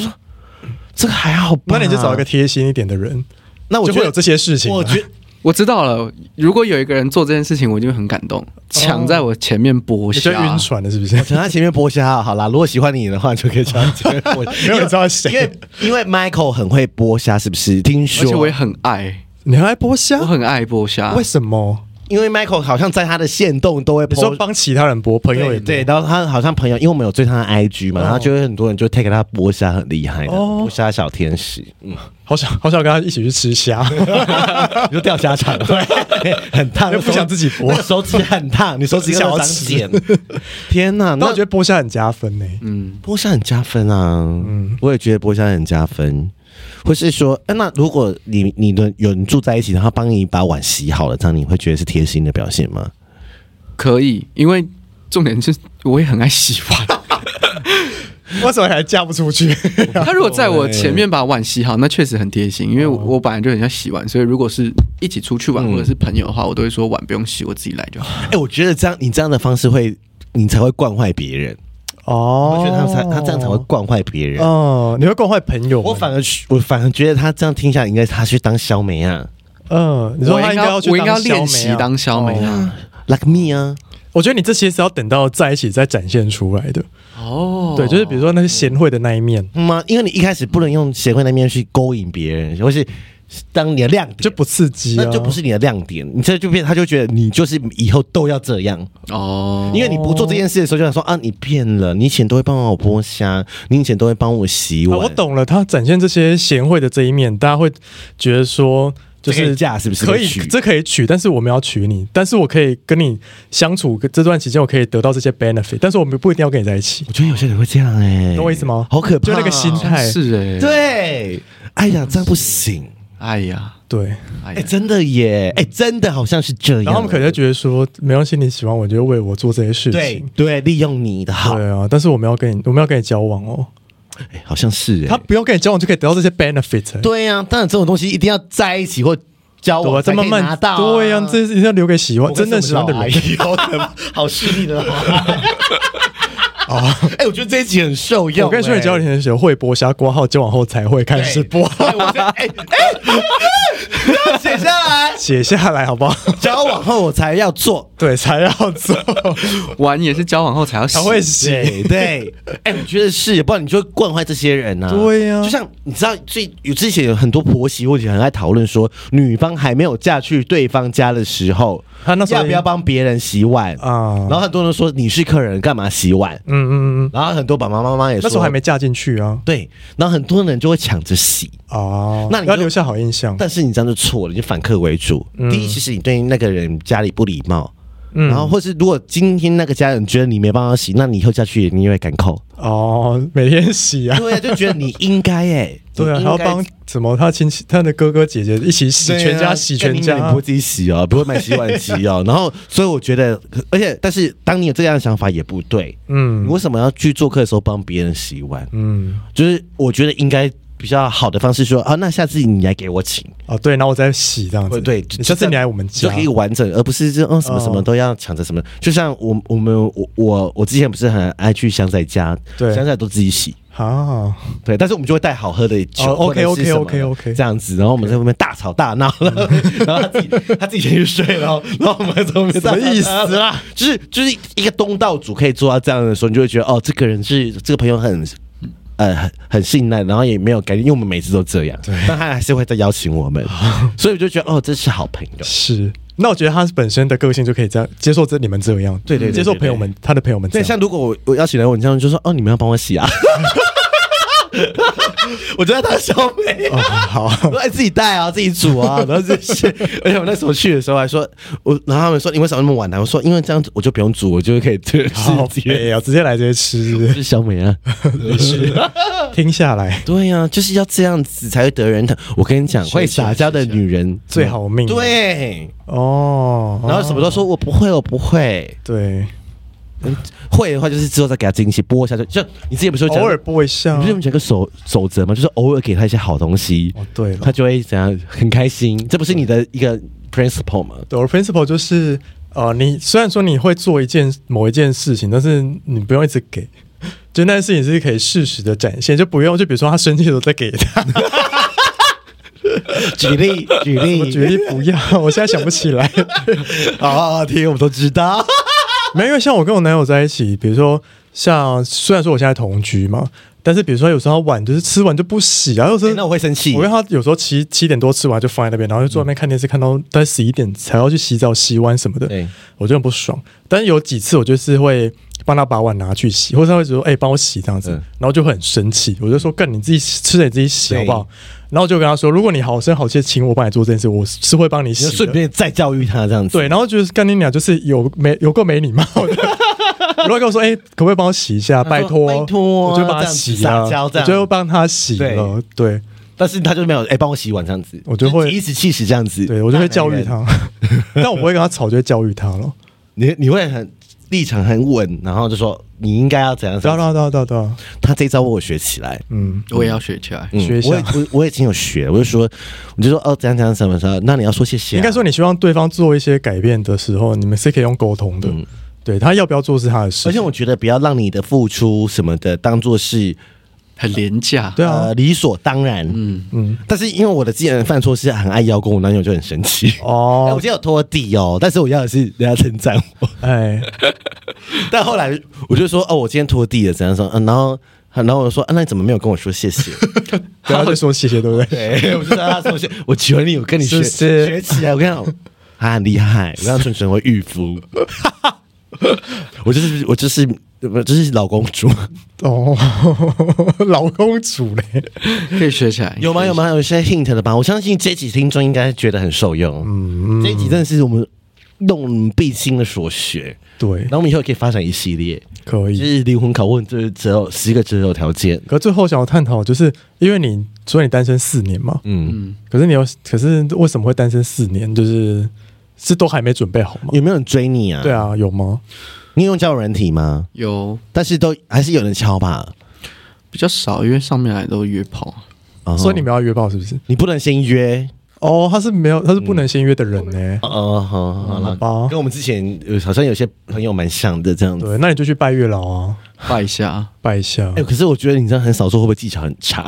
A: 这个还好吧？
B: 那你就找一个，贴心一点的人，
A: 那我
B: 就
A: 觉
B: 会
A: 得
B: 有这些事情啊。
A: 我觉得
C: 我知道了，如果有一个人做这件事情，我就会很感
A: 哦
C: 动，抢在我前面剥
B: 你就
C: 虾，
B: 晕船了，是不是？
A: 等他前面剥虾好啦，如果喜欢你的话，就可以这样子。我
B: 没有人知道是
A: 因为
B: 谁。
A: 因为 Michael 很会剥虾，是不是？听
C: 而且我
A: 说
C: 也，很爱，
B: 你还剥虾
C: 我？很爱剥虾
B: 为。什么？
A: 因为 Michael 好像在他的线动都会
B: 你说
A: 剥。
B: 帮其他人剥，朋友也
A: 对对，
B: 的。
A: 然后他好像朋友，因为我们有追他的 IG 嘛，然后就会很多人就 take 他剥虾很厉害的，
B: 哦
A: 剥虾小天使，嗯，
B: 好想好想跟他一起去吃虾，
A: 你就掉虾场，对，很烫，
B: 又不想自己剥
A: 那个手指很烫，你手指要长茧，天哪！
B: 但
A: 那
B: 我觉得剥虾很加分呢。
C: 嗯，
A: 剥虾很加分啊，嗯，我也觉得剥虾很加分，或是说，哎、那如果你你的有人住在一起，然后帮你把碗洗好了，这样你会觉得是贴心的表现吗？
C: 可以，因为重点是我也很爱洗碗。
B: 为什么还嫁不出去？
C: 他如果在我前面把碗洗好，那确实很贴心，因为我我本来就很想洗碗，所以如果是一起出去玩
A: 嗯
C: 或者是朋友的话，我都会说碗不用洗，我自己来就好。
A: 哎、我觉得这样你这样的方式会，你才会惯坏别人，
B: 哦
A: 我觉得他才他这样才会惯坏别人。
B: 哦，你会惯坏朋友们。
A: 我反而去我反而觉得他这样听下来，应该他去当小美啊
B: 嗯，你说
C: 我
B: 他
C: 应
B: 该要去
C: 我应该要
B: 当
C: 练
B: 消
C: 习
B: 梅啊
C: 当消梅
B: 哦
C: 啊。
A: ，like me 啊，
B: 我觉得你这些是要等到在一起再展现出来的。
C: 哦，
B: 对，就是比如说那些贤惠的那一面，
A: 嗯吗？因为你一开始不能用协会那边去勾引别人，或是当你的亮点，
B: 就不刺激啊，
A: 那就不是你的亮点，你这就变，他就觉得你就是以后都要这样，
C: 哦，
A: 因为你不做这件事的时候，就想说啊，你变了，你以前都会帮我剥虾，你以前都会帮我洗
B: 啊
A: 碗，
B: 我懂了，他展现这些贤惠的这一面，大家会觉得说，就
A: 这可以
B: 是
A: 嫁是不是
B: 可以
A: 可以娶，
B: 这可以娶，但是我没有要娶你，但是我可以跟你相处这段期间，我可以得到这些 benefit，但是我们不一定要跟你在一起，
A: 我觉得有些人会这样哎、
B: 懂我意思吗？
A: 好可怕哦
B: 就那个心态，
C: 是哎，，
A: 对，哎呀，这样不行，
C: 哎呀，
B: 对。
A: 哎、
C: 哎呀，
A: 真的耶，哎、真的好像是这样，
B: 然后他们可能就觉得说，没关系，你喜欢我就为我做这些事
A: 对
B: 情。
A: 对，利用你的好，
B: 对啊，但是我们要跟你，我们要跟你交往哦。
A: 哎好像是哎、
B: 他不用跟你交往就可以得到这些 benefit，
A: 对呀、当然这种东西一定要在一起或交
B: 对吧？
A: 往才
B: 再
A: 可
B: 慢
A: 以
B: 慢
A: 拿到、啊
B: 对呀、这一定要留给喜欢
A: 我
B: 真正喜欢的人。
A: 好可怕，好势利 的啊！ 哎，我觉得这一集很受用。
B: 啊我跟你说，你交往
A: 哎
B: 前的时候会播虾挂号，交往后才会开始播，
A: 哎我在哎哎，哎写下来，
B: 写下来好不好？
A: 交往后我才要做。
B: 对，才要走，
C: 玩也是交往后才要洗
B: 才会洗。
A: 对对，哎、我觉得是，不然你就会惯坏这些人呐、啊。
B: 对呀
A: 就像你知道，最有之前有很多婆媳或者很爱讨论说，女方还没有嫁去对方家的时候，
B: 她那时候
A: 要不要帮别人洗碗
B: 啊
A: 然后很多人说你是客人，干嘛洗碗？
B: 嗯嗯嗯嗯，
A: 然后很多爸爸妈妈也说
B: 那时候还没嫁进去啊。
A: 对，然后很多人就会抢着洗。
B: 哦，
A: 那你就
B: 要留下好印象。
A: 但是你这样就错了，你就反客为主。第一，其实你对那个人家里不礼貌。
B: 嗯
A: 然后，或是如果今天那个家人觉得你没办法洗，那你以后下去你也会敢扣。
B: 哦，每天洗啊。
A: 对啊，就觉得你应该哎、
B: 对 啊，
A: 你
B: 还
A: 应
B: 要
A: 该
B: 帮什么他亲戚、他的哥哥姐姐一起洗，
A: 对啊
B: 全家洗全
A: 干你
B: 家
A: 娘你不。会自己洗哦，不会买洗碗机 哦。然后，所以我觉得，而且，但是当你有这样的想法也不对。你
B: 嗯
A: 为什么要去做客的时候帮别人洗碗？
B: 嗯，
A: 就是我觉得应该比较好的方式说啊，那下次你来给我请，
B: 哦对，然后我再洗这样子。
A: 对，
B: 你下次你来我们
A: 就
B: 家哦
A: 可。以完整，而不是就嗯什么什么都要抢着什么。就像我我们我我我之前不是很爱去香仔家，
B: 对
A: 香仔都自己洗。
B: 好，
A: 对，但是我们就会带好喝的酒、
B: 哦
A: 或者是什么
B: OK，OK，OK，OK
A: 这样子，然后我们在外面大吵大闹，然后然后他自己他自己先去睡，然后然后我们在后面大吵大
B: 什
A: 闹
B: 么意思啊啦？
A: 就是就是一个东道主可以做到这样的时候，你就会觉得哦，这个人是这个朋友很。呃，很很信赖，然后也没有改变，因为我们每次都这样，但他还是会再邀请我们，所以我就觉得哦，这是好朋友。
B: 是。那我觉得他本身的个性就可以这样接受这你们这样，
A: 对对对
B: 接受
A: 对对
B: 朋友们他的朋友们这
A: 对，
B: 样。
A: 像如果我我邀请来我这样，就说哦，你们要帮我洗啊， 我就在当小美、啊
B: 哦，好，
A: 说哎自己带啊，自己煮 啊，然后就是，而且我那时候去的时候还说，我然后他们说你为什么那么晚来、我说因为这样子我就不用煮，我就可以 吃
B: 好
A: 直，接
B: 哎呀，直接来直接吃， 是不是
A: 是小美啊，
B: 听下来
A: 对呀、啊，就是要这样子才会得人疼。我跟你讲，会撒娇的女人
B: 最好命。啊
A: 对，
B: 哦，
A: 然后什么都说我不会，我不会，
B: 对，
A: 会的话就是之后再给她惊喜，拨一下就就你之前不是有讲
B: 偶尔播一下
A: 你不。是有讲个守守则吗？就是偶尔给他一些好东西，
B: 哦，对了
A: 他，就会怎样很开心。这不是你的一个 principle 吗？
B: 对，我的 principle 就是，呃，你虽然说你会做一件某一件事情，但是你不用一直给，就那件事情是可以适时的展现，就不用就比如说他生气的时候再给他，
A: 举例，举
B: 我
A: 例，
B: 举例不要，我现在想不起来。
A: 啊！天，我们都知 道。
B: 没有，因为像我跟我男友在一起，比如说像虽然说我现在同居嘛，但是比如说有时候他碗就是吃完就不洗啊，有时候、
A: 那我会生气
B: 我。跟他有时候七七点多吃完就放在那边，然后就坐在那边看电视，看到大概十一点才要去洗澡、洗碗什么的，
A: 对，
B: 我就很不爽。但是有几次我就是会帮他把碗拿去洗，或者他会说：“哎、帮我洗这样子。
A: 嗯
B: 然后就会很生气，我就说：“干，你自己吃的你自己洗好不
A: 嗯
B: 好？”然后我就跟他说：“如果你好声好气地请我帮你做这件事，我是会帮你
A: 你就
B: 洗
A: 顺
B: 的。
A: 便再教育他这样”子。
B: 对，然后就是干你俩就是有没有够没礼貌 的。如果跟我说：“哎、可不可以帮我洗一下？
A: 他
B: 拜
A: 说
B: 托，
A: 拜托
B: 我就帮
A: 这
B: 他
A: 样子
B: 洗啊，
A: 撒娇这
B: 我
A: 样
B: 就帮他洗了。对
A: 但是他就没有，哎、帮我洗碗这样子，
B: 我就会
A: 颐指气使这样子。
B: 对，我就会教育
A: 大男人。
B: 他， 但我不会跟他吵，就会教育他了。
A: 你你会很立场很稳，然后就说你应该要怎样怎
B: 对啊，
A: 样。
B: 对啊，对啊，对啊，对啊，
A: 他这一招我有学起来。
B: 嗯，
C: 我也要学起来。
A: 嗯
B: 学一下
A: 我也我我已经有学，我就说，我就说哦，怎样怎样什么什么，那你要说谢谢、啊。
B: 应该说，你希望对方做一些改变的时候，你们是可以用沟通的。对他要不要做是他的
A: 嗯
B: 事，
A: 而且我觉得不要让你的付出什么的当做是
C: 很廉价。
B: 对啊
A: 呃，理所当然。嗯嗯。但是因为我的之前的犯错是很爱邀功，我男友就很生气。哎我
B: 哦
A: 今，天有拖地哦，但是我要的是人家称赞 我。
B: 哎，
A: 但后来我就说哦，我今天拖地了，怎样说？嗯、然后然后我就说，啊，那你怎么没有跟我说谢谢？
B: 不要再说谢谢，对不 对？
A: 对，我就跟他说谢，啊我求你，我跟你学
B: 是是
A: 学起来。我跟你讲，他很厉害，我让纯纯会御 夫。我就是我就是我就是老公主，
B: 哦， 老公主嘞，
C: 可以学起来。
A: 嗯有吗？有吗？有一些 hint 的吧？我相信这集听众应该觉得很受用。嗯，这集真的是我们用毕竟的所学，
B: 对
A: 然，后我们以后也可以发展一系列，
B: 可
A: 就
B: 以。
A: 是灵魂拷问，就是择偶十个择偶条件。
B: 可最后想要探讨，就是因为你说你单身四年嘛，
A: 嗯，
B: 可是你有，可是为什么会单身四年？就是是都还没准备好吗？
A: 有没有人追你啊？
B: 对，啊，有吗？
A: 你有用交友软体吗？
C: 有
A: 但是都还是有人敲吧。
C: 比较少，因为上面来都约炮。
A: 哦
B: 所以你们要约炮是不是？
A: 你不能先约。
B: 哦，他是没有，他是不能先约的人呢、
A: 哦，好，好了，
B: 好吧
A: 跟我们之前呃好像有些朋友蛮像的这样子。
B: 对，那你就去拜月老啊，
C: 拜一下，
B: 拜一下
A: 哎哎、，可是我觉得你这样很少做，会不会技巧很差？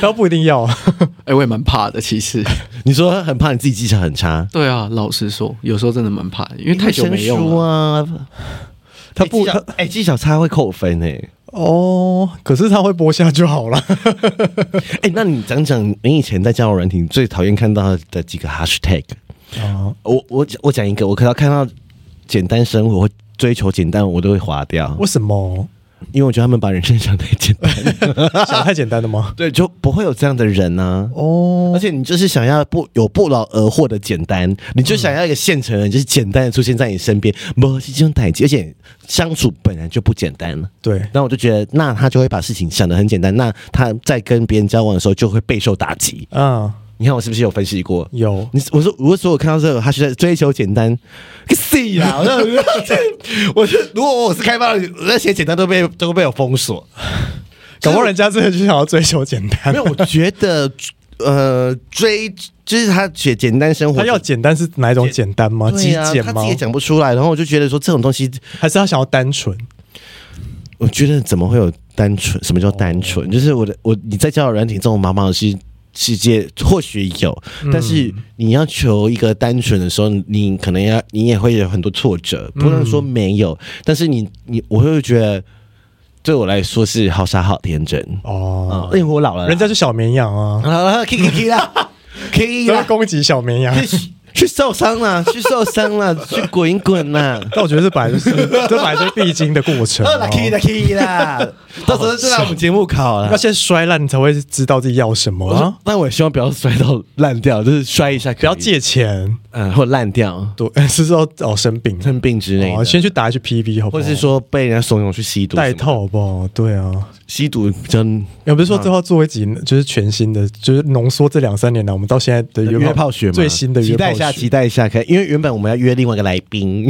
B: 然后不一定要啊。
C: 哎、哎，我也蛮怕的，其实。
A: 你说很怕你自己技巧很差，
C: 对啊，老实说，有时候真的蛮怕的，因为太久没用
A: 生疏
C: 了。
A: 啊。
B: 他
A: 哎
B: 不
A: 技巧
B: 他
A: 哎、技巧差会扣分哎、
B: 哦，可是他会播下就好了。
A: 哎、那你讲讲你以前在交友软体最讨厌看到的几个 hashtag？
B: 啊，
A: 我我我讲一个，我看到看到简单生活或追求简单，我都会划掉，
B: 为什么？
A: 因为我觉得他们把人生想太简单，
B: 想太简单了 吗？
A: 对，就不会有这样的人啊。
B: 哦
A: 而，且你就是想要不有不劳而获的简单，你就想要一个现成人，就是简单的出现在你身边，不是这种代际，而且相处本来就不简单了。
B: 对，
A: 那我就觉得，那他就会把事情想得很简单，那他在跟别人交往的时候就会备受打击。
B: 嗯，
A: 你看我是不是有分析过？
B: 有
A: 你我说我说我看到这个，他是在追求简单，个屁呀！我就我就如果我是开发的，那些简单都被都被我封锁。
B: 搞不好人家真的就想要追求简单
A: 没。有，我觉得呃追就是他写简单生活，
B: 他要简单是哪一种简单吗？极
A: 对啊，
B: 简
A: 他
B: 吗
A: 自己？也讲不出来，然后我就觉得说这种东西，
B: 还是他想要单纯？
A: 我觉得怎么会有单纯？什么叫单纯？就是我的我你在交友软体这种茫茫的世世界或许有，但是你要求一个单纯的时候，你可能要你也会有很多挫折，不能说没有，但是你你我会觉得对我来说是好傻好天真啊，
B: 哦
A: 因，为我老了啦，
B: 人家是小绵羊啊，
A: 好了，K K K 啦，K
B: 都要
A: 啦，
B: 攻击 小绵羊。
A: 去去受伤 啦，去受伤啦，去滚一滚 啦。
B: 但我觉得这本来就是这本来就是必经的过 程、
A: 二啦，K 啦
B: 哦。
A: ，K 啦，到时候就来我们节目考了
B: 要。先摔烂，你才会知道自己要什么
A: 我说
B: 啊！，
A: 那我也希望不要摔到烂掉，就是摔一下，
B: 不要，借钱，
A: 嗯，或烂掉、
B: 对， 是说哦生病，
A: 生病之类
B: 哦，
A: 的，
B: 先去打 HPV 好不
A: 或
B: 好？
A: 者是说被人家怂恿去吸毒什么
B: 带
A: 的，
B: 套好不好？对啊，
A: 吸毒比较
B: 也不是说最后做一集就是全新的，就是浓缩这两三年来我们到现在的
A: 约炮学嘛，
B: 最新的约
A: 期
B: 炮
A: 待一下，期待一下，可以，因为原本我们要约另外一个来宾，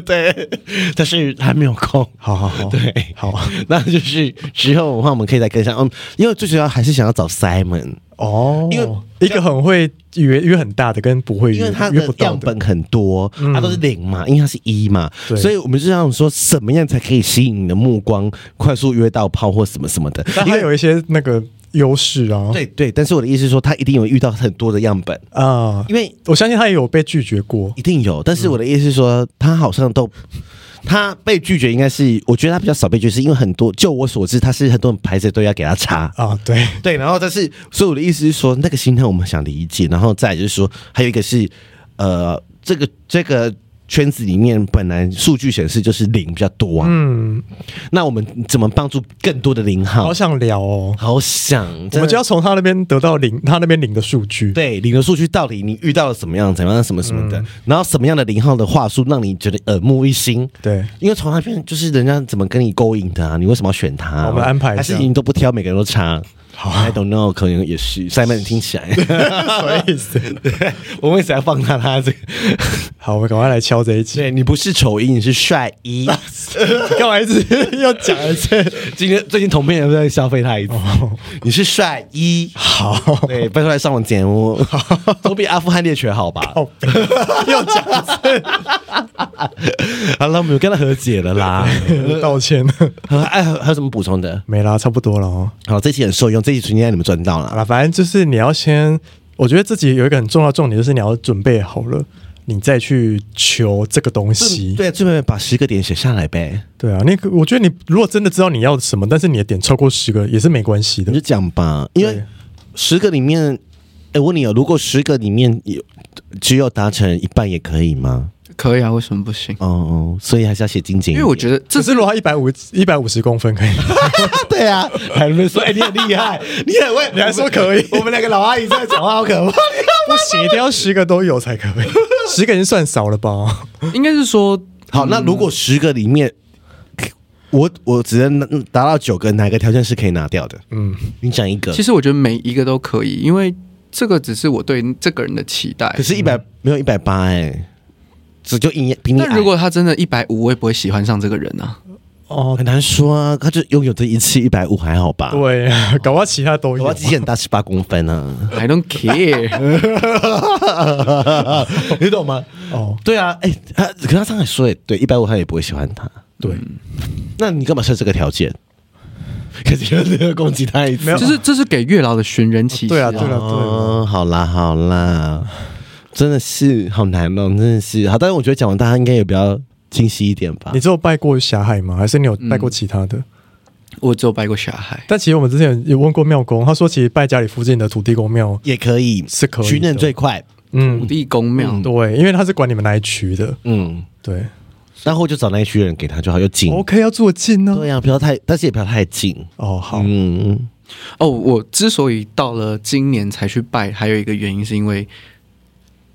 A: 对，但是还没有空。
B: 好好好，
A: 对
B: 好
A: 那就是之后的话，我们可以再跟上。嗯，因为最主要还是想要找 Simon，
B: 哦，
A: 因为
B: 一个很会约约很大的，跟不会
A: 因
B: 约
A: 为他
B: 约不
A: 的
B: 到
A: 样
B: 的，嗯
A: 本很多，他都是零嘛，因为他是一嘛，
B: 对
A: 所以我们就想说，怎么样才可以吸引你的目光，快速约到炮或什么什么 的。
B: 但
A: 因
B: 他
A: 为
B: 有一些那个优势啊，
A: 对对，但是我的意思是说，他一定有遇到很多的样本，
B: 啊，
A: 因为
B: 我相信他也有被拒绝过，
A: 一定有。但是我
B: 嗯
A: 的意思是说，他好像都。他被拒绝应该是，我觉得他比较少被拒绝，是因为很多，就我所知，他是很多人排着队要给他插，
B: 啊，对，
A: 对，然后但是，所以我的意思是说，那个心态我们想理解，然后再来就是说，还有一个是，呃，这个这个圈子里面本来数据显示就是零比较多啊，
B: 嗯，
A: 那我们怎么帮助更多的零号
B: 好？想聊哦，
A: 好想，
B: 我
A: 真
B: 们
A: 的
B: 就要从他那边得到领，他那边领的数据，
A: 对零的数据到底你遇到了什么样，怎么样什么什么
B: 嗯
A: 的，然后什么样的零号的话术让你觉得耳目一新？
B: 对，
A: 因为从那边就是人家怎么跟你勾引的啊，你为什么要选他、
B: 哦我们安排一下啊
A: 还是你都不挑，每个人都差。好，I don't know，可能也是 Simon 听起来，
B: 什么意思？
A: 我们为什么要放大他这个？
B: 好，我们赶快来敲这一集，
A: 对你不是丑一，你是帅 一。
B: 干嘛一直要讲一次？
A: 今天最近同片人都在消费他一次， 你是帅一。
B: 好，
A: 对，拜托来上我节 目，总比阿富汗猎犬好吧？
B: 要讲一
A: 好了，我们有跟他和解了啦。
B: 次，道歉，
A: 哎， 还有什么补充的？
B: 没啦，差不多了哦。
A: 好，这期很受用，这期纯天让你们赚到
B: 好
A: 了。
B: 了，反正就是你要先，我觉得自己有一个很重要的重点，就是你要准备好了，你再去求这个东西。
A: 对，最后面把十个点写下来呗，
B: 对啊，那个我觉得你如果真的知道你要什么，但是你的点超过十个也是没关系
A: 你
B: 的
A: 就。讲吧。因为
B: 对
A: 十个里面，哎，我问你哦，如果十个里面有只有达成一半，也可以吗？
C: 可以啊，为什么不行？
A: 哦哦，所以还是要写精简一
C: 因
A: 点。
C: 为我觉得这
B: 只是如果他一百五一百五十公分可以，
A: 对啊，还没说，哎、你很厉害， 你很会，
B: 你还说可以
A: 我们两个老阿姨在讲话，好可怕。
B: 不行，一定要十个都有才可以。十个已经算少了吧？
C: 应该是说，
A: 好，那如果十个里面，我我只能拿达到九个，哪个条件是可以拿掉的？
B: 嗯，
A: 你讲一个
C: 其，实我觉得每一个都可以，因为这个只是我对这个人的期待
A: 可。是，一百、没有一百八哎，只就一比你
C: 但
A: 矮
C: 如果他真的一百五，我也不会喜欢上这个人啊。
B: 哦，
A: 很难说啊，他就拥有这一次一百五还好吧？
B: 对啊，搞不好其他都有
A: 我。自己很大，十八公分啊，
C: I don't care，
A: 你懂吗？
B: 哦，
A: 对啊，哎、他可是他上海说也对，一百五他也不会喜欢他。
B: 对，
A: 那你干嘛设这个条件？可是又又攻击他一次
B: 没有。
C: 这是这是给月老的寻人启事、
B: 对啊对啊
A: 哦，好啦好啦，真的是好难哦，真的是好。但是我觉得讲完，大家应该也比较清晰一点吧
B: 你。只有拜过霞海吗？还是你有拜过其他的？
C: 我只有拜过霞海，
B: 但其实我们之前有问过庙公，他说其实拜家里附近的土地公庙，
A: 也可以
B: 是可以的
A: 寻人最快，
C: 土
B: 嗯，
C: 地公庙。
B: 对，因为他是管你们哪一区的，
A: 嗯，
B: 对。
A: 然后就找那一群人给他就好，又近。
B: OK，要做近呢、
A: 对啊呀、不要太，但是也不要太近。
B: 哦，好，
A: 嗯，
C: 哦，我之所以到了今年才去拜，还有一个原因是因为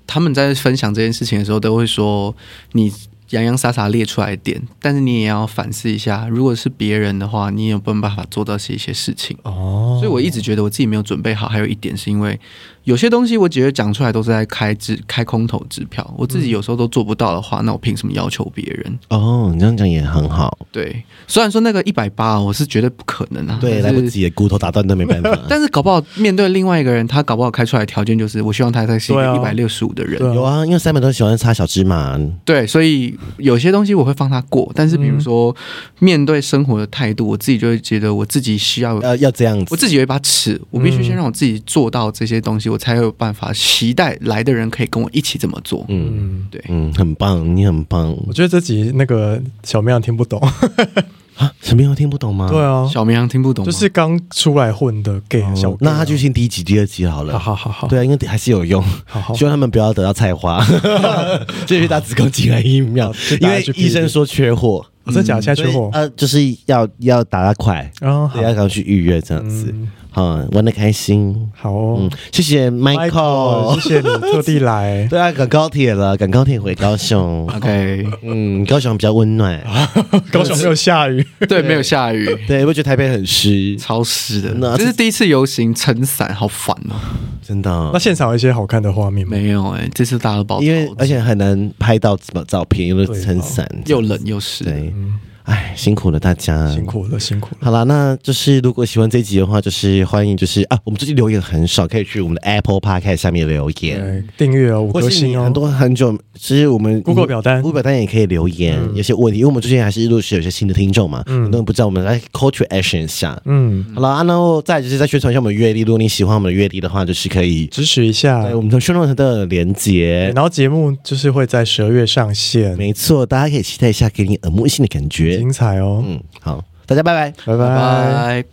C: 他们在分享这件事情的时候，都会说你洋洋洒洒列出来的点，但是你也要反思一下，如果是别人的话，你有没有办法做到这些事情？
B: 哦，
C: 所以我一直觉得我自己没有准备好。还有一点是因为有些东西我觉得讲出来都是在开支开空头支票，我
A: 嗯
C: 自己有时候都做不到的话，那我凭什么要求别人？
A: 哦，你这样讲也很好。
C: 对，虽然说那个一百八我是绝对不可能啊，
A: 对，
C: 但
A: 来
C: 是
A: 不及，骨头打断都没办法。
C: 但是搞不好面对另外一个人，他搞不好开出来的条件就是，我希望他再是一
B: 对
C: 个
B: 啊
C: 一百六十五的人。
B: 对
A: 有啊，因为三本都喜欢插小芝麻。
C: 对，所以有些东西我会放他过，但是比如说、面对生活的态度，我自己就会觉得我自己需要，
A: 呃，要这样
C: 我
A: 子，
C: 自己有一把尺，我必须
B: 嗯
C: 先让我自己做到这些东西，我才有办法期待来的人可以跟我一起这么做。
A: 嗯
B: 嗯，
C: 对，
A: 嗯，很棒，你很棒
B: 我觉得这集那个小绵羊听不懂，
A: 啊！什么样听不懂吗？
B: 对啊，
C: 小绵羊听不懂吗，，
B: 就是刚出来混的 gay
A: 哦
B: 小 gay 啊，
A: 那他就听第一集、第二集好了。
B: 好好好好，
A: 对啊，因为还是有用。
B: 好好
A: 希望他们不要得到菜 花，就去打子宫颈癌疫苗
B: 好去，
A: 因
B: 打
A: 为
B: HPV
A: 医生说缺货，
B: 我真的假的现在缺
A: 所以，
B: 货
A: 呃，就是要要打得快，
B: 嗯，
A: 对，
B: 好
A: 要赶快去预约这样子，嗯，玩的开心，
B: 好哦
A: 嗯，谢谢 Michael，
B: 谢谢你特 地来，
A: 对啊，赶高铁了，赶高铁回高雄
C: OK，
A: 嗯，高雄比较温暖，
B: 高雄没有下雨，
C: 对，没有下雨，
A: 对，我觉得台北很湿，
C: 潮湿
A: 那
C: 的，这是第一次游行撑伞，好烦哦。
A: 真的哦
B: 那，现场有一些好看的画面吗？
C: 没有哎、这次大家都包头，
A: 因为而且很难拍到什么照片，因为撑伞，
C: 又冷又湿。
A: 对，哎，辛苦了大家，
B: 嗯辛苦了，辛苦了，
A: 好啦，那就是如果喜欢这一集的话，就是欢迎就是啊，我们最近留言很少，可以去我们的 Apple Podcast 下面留言，
B: 对，订阅哦，五
A: 嗯或
B: 颗
A: 是你
B: 星哦
A: 很，多很久，其实我们
B: Google 表单嗯
A: Google 表单也可以留言，有些问题，因为我们最近还是陆续有些新的听众嘛，很多人不知道，我们来 call to action 一下。
B: 嗯，
A: 好了，啊，然后再就是再宣传一下我们的阅历，如果你喜欢我们的阅历的话，就是可以
B: 支持一下
A: 哎在，我们的宣传的连接。
B: 然后节目就是会在十二月上线，
A: 没错，大家可以期待一下，给你耳目一新的感觉。嗯
B: 精彩哦，
A: 嗯，好，大家拜拜。
B: 拜
C: 拜
B: 拜。
C: 拜。